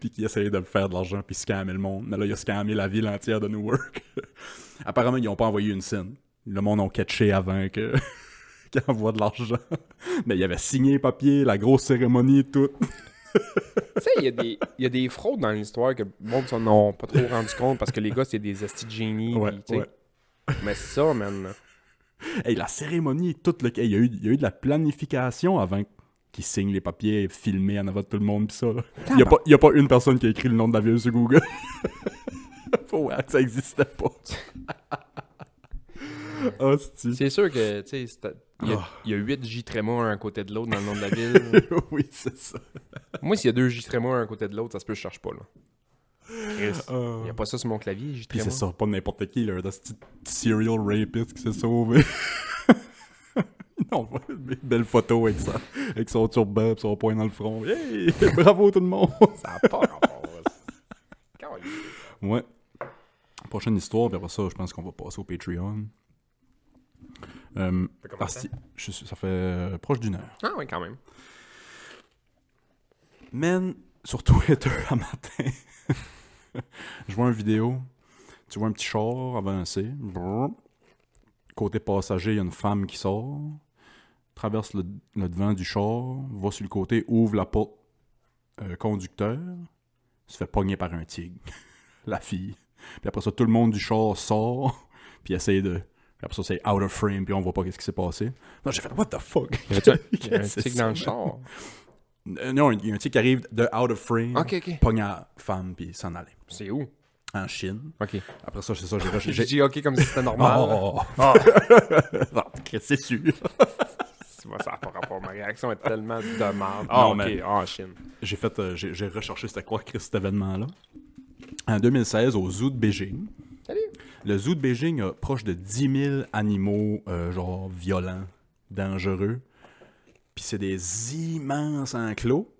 [SPEAKER 2] puis qui essayait de faire de l'argent, puis scammer le monde. Mais là, il a scammé la ville entière de Newark. Apparemment, ils n'ont pas envoyé une scène. Le monde a catché avant que. qu'il envoie de l'argent. Mais il avait signé les papiers, la grosse cérémonie et tout.
[SPEAKER 3] Tu sais, il y a des- il y, a des fraudes dans l'histoire que le monde s'en ont pas trop rendu compte parce que les gars, c'est des astis de génie.
[SPEAKER 2] Ouais,
[SPEAKER 3] puis, tu sais.
[SPEAKER 2] ouais.
[SPEAKER 3] Mais ça, man.
[SPEAKER 2] Hey, la cérémonie, tout le... hey, il, y a eu, il y a eu de la planification avant qu'ils signent les papiers filmés en avant de tout le monde pis ça. là. Il y a, pas, il y a pas une personne qui a écrit le nom de la ville sur Google. Faut voir que ça existait pas. Ah, Hostie.
[SPEAKER 3] C'est sûr que, tu sais, c'est- il y
[SPEAKER 2] Ah.
[SPEAKER 3] a- il y a 8 J Tréma un à côté de l'autre dans le nom de la ville.
[SPEAKER 2] oui, c'est ça.
[SPEAKER 3] Moi, s'il y a deux J Tréma un à côté de l'autre, ça se peut que je cherche pas, là. Chris, Il n'y a pas ça sur mon clavier, J
[SPEAKER 2] Puis
[SPEAKER 3] Tréma.
[SPEAKER 2] c'est ça, pas n'importe qui, là, de ce petit serial rapist qui s'est sauvé. On voit une belle photo avec, ça, avec son turban pis son poing dans le front. Hey! Bravo tout le monde!
[SPEAKER 3] Ça n'a pas rapport. Quand
[SPEAKER 2] Ouais. Prochaine histoire, puis après ça, je pense qu'on va passer au Patreon. Euh,
[SPEAKER 3] fait combien
[SPEAKER 2] ah,
[SPEAKER 3] de
[SPEAKER 2] si- je suis- ça fait euh, proche d'une heure.
[SPEAKER 3] Ah oui, quand même.
[SPEAKER 2] Man, sur Twitter un matin, je vois une vidéo. Tu vois un petit char avancer. Brrr. Côté passager, il y a une femme qui sort, traverse le, le devant du char, va sur le côté, ouvre la porte euh, conducteur, se fait pogner par un tigre. la fille. Puis après ça, tout le monde du char sort, puis essaye de. puis après ça, c'est out of frame, puis on voit pas qu'est-ce qui s'est passé. Là, j'ai fait, what the fuck?
[SPEAKER 3] Il y avait un
[SPEAKER 2] Qu'est-ce que
[SPEAKER 3] tic
[SPEAKER 2] c'est
[SPEAKER 3] dans le
[SPEAKER 2] ça?
[SPEAKER 3] char.
[SPEAKER 2] Euh, Non, il y a un tigre qui arrive de out of frame,
[SPEAKER 3] Ok, ok.
[SPEAKER 2] pogne la femme, puis s'en aller.
[SPEAKER 3] C'est où?
[SPEAKER 2] En Chine.
[SPEAKER 3] Ok.
[SPEAKER 2] Après ça, c'est ça, j'ai
[SPEAKER 3] J'ai
[SPEAKER 2] recherché.
[SPEAKER 3] dit ok comme si c'était normal.
[SPEAKER 2] Oh, Ah, c'est sûr.
[SPEAKER 3] Tu vois, ça n'a pas rapport. Ma réaction est tellement de
[SPEAKER 2] Non,
[SPEAKER 3] merde. Ah, ok.
[SPEAKER 2] mais-
[SPEAKER 3] Ah, en Chine.
[SPEAKER 2] J'ai fait, euh, j'ai j'ai recherché c'était quoi Chris, cet événement-là. En 2016, au zoo de Beijing.
[SPEAKER 3] Salut.
[SPEAKER 2] Le zoo de Beijing a proche de 10 000 animaux, euh, genre violents, dangereux. Puis c'est des immenses enclos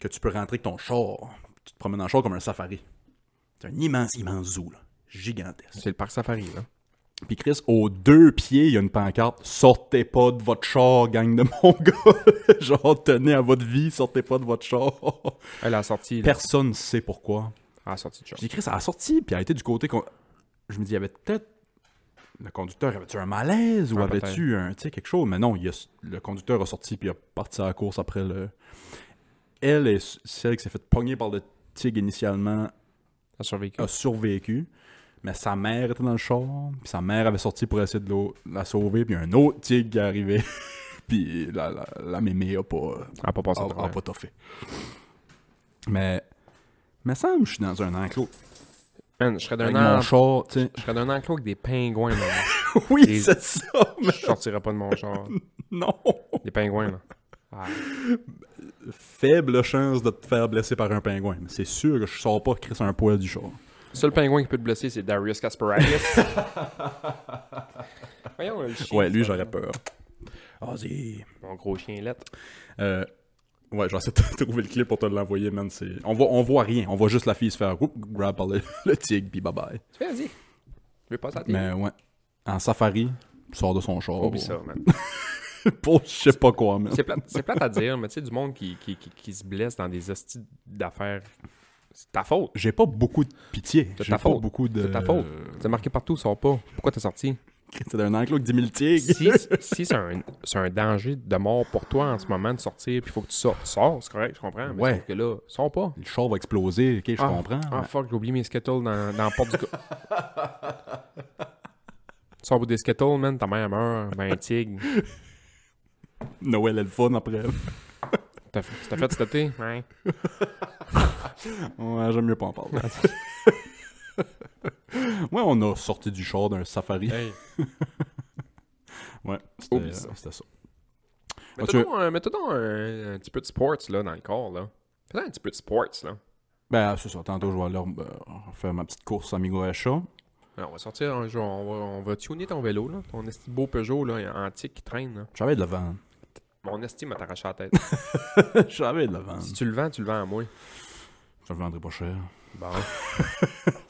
[SPEAKER 2] que tu peux rentrer avec ton char. Tu te promènes en char comme un safari. C'est un immense, immense zoo, là. Gigantesque.
[SPEAKER 3] C'est le parc safari, là.
[SPEAKER 2] Puis Chris, aux deux pieds, il y a une pancarte. Sortez pas de votre char, gang de mon gars. Genre, tenez à votre vie, sortez pas de votre char.
[SPEAKER 3] Elle a sorti. là. Ah,
[SPEAKER 2] Personne sait pourquoi.
[SPEAKER 3] Elle a sorti du char.
[SPEAKER 2] J'ai écrit ça à la sortie, puis elle était du côté. qu'on- Je me dis, il y avait peut-être. Le conducteur avait-tu un malaise ou
[SPEAKER 3] Ah,
[SPEAKER 2] avait-tu un, tu sais, quelque chose? Mais non, il a- le conducteur a sorti puis il a parti à la course après le. Elle est celle qui s'est fait pogner par le tigre initialement
[SPEAKER 3] Elle a survécu.
[SPEAKER 2] a survécu. Mais sa mère était dans le char, puis sa mère avait sorti pour essayer de l'au- la sauver, puis un autre tigre qui est arrivé. puis la, la, la mémé a pas,
[SPEAKER 3] Elle n'a Ah, pas passé
[SPEAKER 2] a,
[SPEAKER 3] à
[SPEAKER 2] a
[SPEAKER 3] travers.
[SPEAKER 2] Ah, pas toffé. Mais, mais semble que je suis dans un enclos
[SPEAKER 3] Man, je serais d'un
[SPEAKER 2] avec mon
[SPEAKER 3] an.
[SPEAKER 2] char, tu sais.
[SPEAKER 3] Je serais d'un enclos avec des pingouins, man.
[SPEAKER 2] Oui,
[SPEAKER 3] Et-
[SPEAKER 2] c'est ça, mais
[SPEAKER 3] Je sortirais pas de mon char.
[SPEAKER 2] non.
[SPEAKER 3] Des pingouins, là. Ah,
[SPEAKER 2] Faible chance de te faire blesser par un pingouin. Mais c'est sûr que je sors pas Chris un poil du char.
[SPEAKER 3] Le seul pingouin qui peut te blesser, c'est Darius Kasparaitis. Voyons, le chien.
[SPEAKER 2] Ouais, lui, j'aurais peur. Vas-y.
[SPEAKER 3] Mon gros chien lettre.
[SPEAKER 2] Euh, ouais, j'essaie de trouver le clip pour te l'envoyer, man. c'est- On voit, on voit rien. On voit juste la fille se faire whoop, grab par le, le tigre, puis bye bye.
[SPEAKER 3] Tu fais, vas-y. Je vais passer à la télé.
[SPEAKER 2] Mais oh. ouais, en safari, sort de son char.
[SPEAKER 3] Oublie ça, man.
[SPEAKER 2] Pour je sais pas quoi, man.
[SPEAKER 3] C'est plate, c'est plate à dire, mais tu sais, du monde qui, qui, qui, qui se blesse dans des hosties d'affaires, c'est ta faute.
[SPEAKER 2] J'ai pas beaucoup de pitié.
[SPEAKER 3] C'est
[SPEAKER 2] J'ai
[SPEAKER 3] ta
[SPEAKER 2] pas
[SPEAKER 3] faute.
[SPEAKER 2] beaucoup de.
[SPEAKER 3] C'est ta faute. C'est marqué partout, sors pas. Pourquoi t'es sorti?
[SPEAKER 2] C'est d'un enclos avec 10 000 tigres.
[SPEAKER 3] Si, si c'est un, c'est un danger de mort pour toi en ce moment de sortir, puis il faut que tu sortes, sors, c'est correct, je comprends. Mais
[SPEAKER 2] Ouais.
[SPEAKER 3] sauf que là, sors pas.
[SPEAKER 2] Le char va exploser, ok, je
[SPEAKER 3] Ah,
[SPEAKER 2] comprends.
[SPEAKER 3] Ah fuck, j'ai oublié mes Skittles dans, dans la porte du gars. Tu sors bout des Skittles, man, ta mère meurt, ben un tigre.
[SPEAKER 2] Noël est le fun après.
[SPEAKER 3] T'as fait, t'as fait cet été? Ouais.
[SPEAKER 2] Ouais, j'aime mieux pas en parler. ouais, on a sorti du char d'un safari.
[SPEAKER 3] Hey.
[SPEAKER 2] Ouais, c'était
[SPEAKER 3] Oublie ça.
[SPEAKER 2] c'était Eh, ça.
[SPEAKER 3] Mets-toi donc, un- mets-toi donc un, un petit peu de sports, là, dans le corps, là. Fais un petit peu de sports, là.
[SPEAKER 2] Ben, c'est ça. Tantôt, je vais aller euh, faire ma petite course Amigo Achat.
[SPEAKER 3] Alors, on va sortir un jour, on va, on va tuner ton vélo, là. Ton esti beau Peugeot, là, antique qui traîne, là.
[SPEAKER 2] J'avais de la vente.
[SPEAKER 3] Mon estime m'a t'arraché la tête.
[SPEAKER 2] J'avais de la vente.
[SPEAKER 3] si tu le vends, tu le vends à moi.
[SPEAKER 2] Je le vendrai pas cher.
[SPEAKER 3] Bon.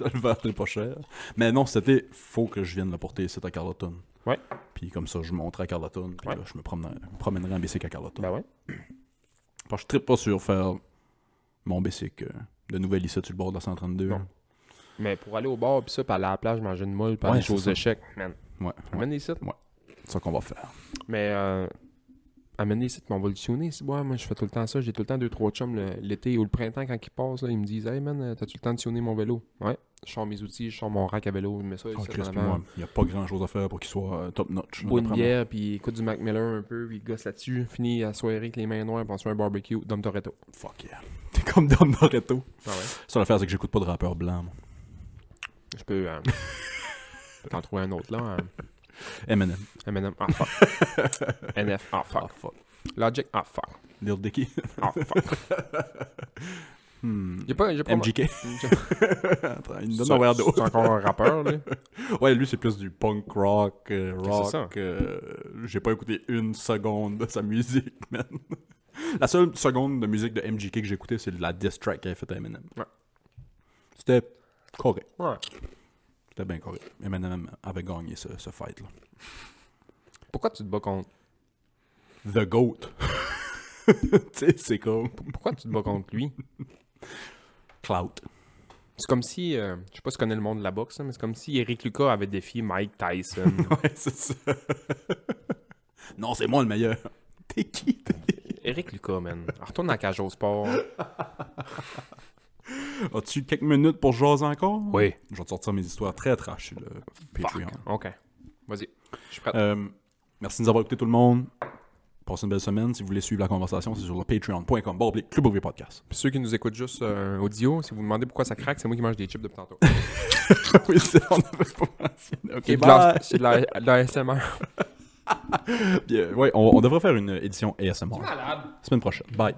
[SPEAKER 2] Je le vendrai pas cher. Mais non, c'était faut que je vienne le porter ici à Carleton.
[SPEAKER 3] Ouais.
[SPEAKER 2] Puis comme ça, je monterai à Carleton. Puis
[SPEAKER 3] Ouais.
[SPEAKER 2] là, je me promènerai, me promènerai en bicycle à Carleton.
[SPEAKER 3] Ben ouais.
[SPEAKER 2] Parce que je trippe pas sur faire mon bicycle euh, de nouvelle lycée sur le bord de la 132.
[SPEAKER 3] Non. Mais pour aller au bar, puis ça, puis aller à la plage, manger une moule, puis aller
[SPEAKER 2] Ouais,
[SPEAKER 3] jouer aux
[SPEAKER 2] c'est ça.
[SPEAKER 3] échecs, man.
[SPEAKER 2] Ouais, ouais.
[SPEAKER 3] Amène les sites.
[SPEAKER 2] c'est ça qu'on va faire.
[SPEAKER 3] Mais euh, amène les sites, puis on va le tuner. c'est- ouais, moi, je fais tout le temps ça. J'ai tout le temps deux, trois chums le- l'été ou le printemps quand ils passent. Là, ils me disent Hey man, euh, t'as-tu le temps de tuner mon vélo Ouais. Je sors mes outils, je sors mon rack à vélo, je mets ça.
[SPEAKER 2] Oh,
[SPEAKER 3] ici,
[SPEAKER 2] Chris,
[SPEAKER 3] en
[SPEAKER 2] puis
[SPEAKER 3] avant.
[SPEAKER 2] moi, il n'y a pas grand chose à faire pour qu'il soit euh, top notch. là,
[SPEAKER 3] boit une
[SPEAKER 2] d'après moi.
[SPEAKER 3] bière, puis écoute du Mac Miller un peu, puis il gosse là-dessus, finit à soirée avec les mains noires, puis on se fait un barbecue, Dom Toretto.
[SPEAKER 2] Fuck yeah. T'es comme Dom Noretto.
[SPEAKER 3] Ah ouais.
[SPEAKER 2] Ça, l'affaire, c'est que j'écoute pas de rappeur blanc. moi.
[SPEAKER 3] Je peux euh, t'en trouver un autre là. hein.
[SPEAKER 2] Eminem.
[SPEAKER 3] M&M, ah fuck. NF, ah
[SPEAKER 2] Ah,
[SPEAKER 3] fuck.
[SPEAKER 2] fuck.
[SPEAKER 3] Logic, ah fuck.
[SPEAKER 2] Lil Dicky.
[SPEAKER 3] Ah fuck.
[SPEAKER 2] Hmm.
[SPEAKER 3] J'ai pas, j'ai pas
[SPEAKER 2] MGK.
[SPEAKER 3] C'est
[SPEAKER 2] Attends, il nous donne un verre d'eau.
[SPEAKER 3] c'est encore un rappeur, là.
[SPEAKER 2] Ouais, lui, c'est plus du punk rock, euh,
[SPEAKER 3] C'est ça.
[SPEAKER 2] rock. euh, J'ai pas écouté une seconde de sa musique, man. La seule seconde de musique de MGK que j'ai écoutée, c'est la diss track qu'il a faite à Eminem.
[SPEAKER 3] Ouais.
[SPEAKER 2] C'était correct.
[SPEAKER 3] Ouais.
[SPEAKER 2] C'était bien correct. Eminem avait gagné ce, ce fight-là.
[SPEAKER 3] Pourquoi tu te bats contre
[SPEAKER 2] The GOAT. tu sais, c'est comme
[SPEAKER 3] Pourquoi tu te bats contre lui
[SPEAKER 2] Clout.
[SPEAKER 3] C'est comme si, euh, je sais pas si tu connais le monde de la boxe, hein, mais c'est comme si Eric Lucas avait défié Mike Tyson.
[SPEAKER 2] Ouais, c'est ça. non, c'est moi le meilleur. T'es qui, t'es?
[SPEAKER 3] Eric Lucas, man. Retourne à Cage au Sport.
[SPEAKER 2] As-tu quelques minutes pour jaser encore?
[SPEAKER 3] Oui.
[SPEAKER 2] Je vais te sortir mes histoires très trash sur le Patreon.
[SPEAKER 3] Ok. Vas-y. Je suis prêt.
[SPEAKER 2] Euh, merci de nous avoir écoutés tout le monde. Passez une belle semaine. Si vous voulez suivre la conversation, c'est sur le patreon.com. Bon, Club Ouvrier Podcast.
[SPEAKER 3] Puis ceux qui nous écoutent juste euh, audio, si vous vous demandez pourquoi ça craque, c'est moi qui mange des chips depuis tantôt.
[SPEAKER 2] oui, c'est- on n'avait pas mentionné. Ok,
[SPEAKER 3] C'est de
[SPEAKER 2] bye.
[SPEAKER 3] la- c'est de la, de la SMR.
[SPEAKER 2] Puis, euh, ouais, on, on devrait faire une édition ASMR. Malade. Semaine prochaine. Bye.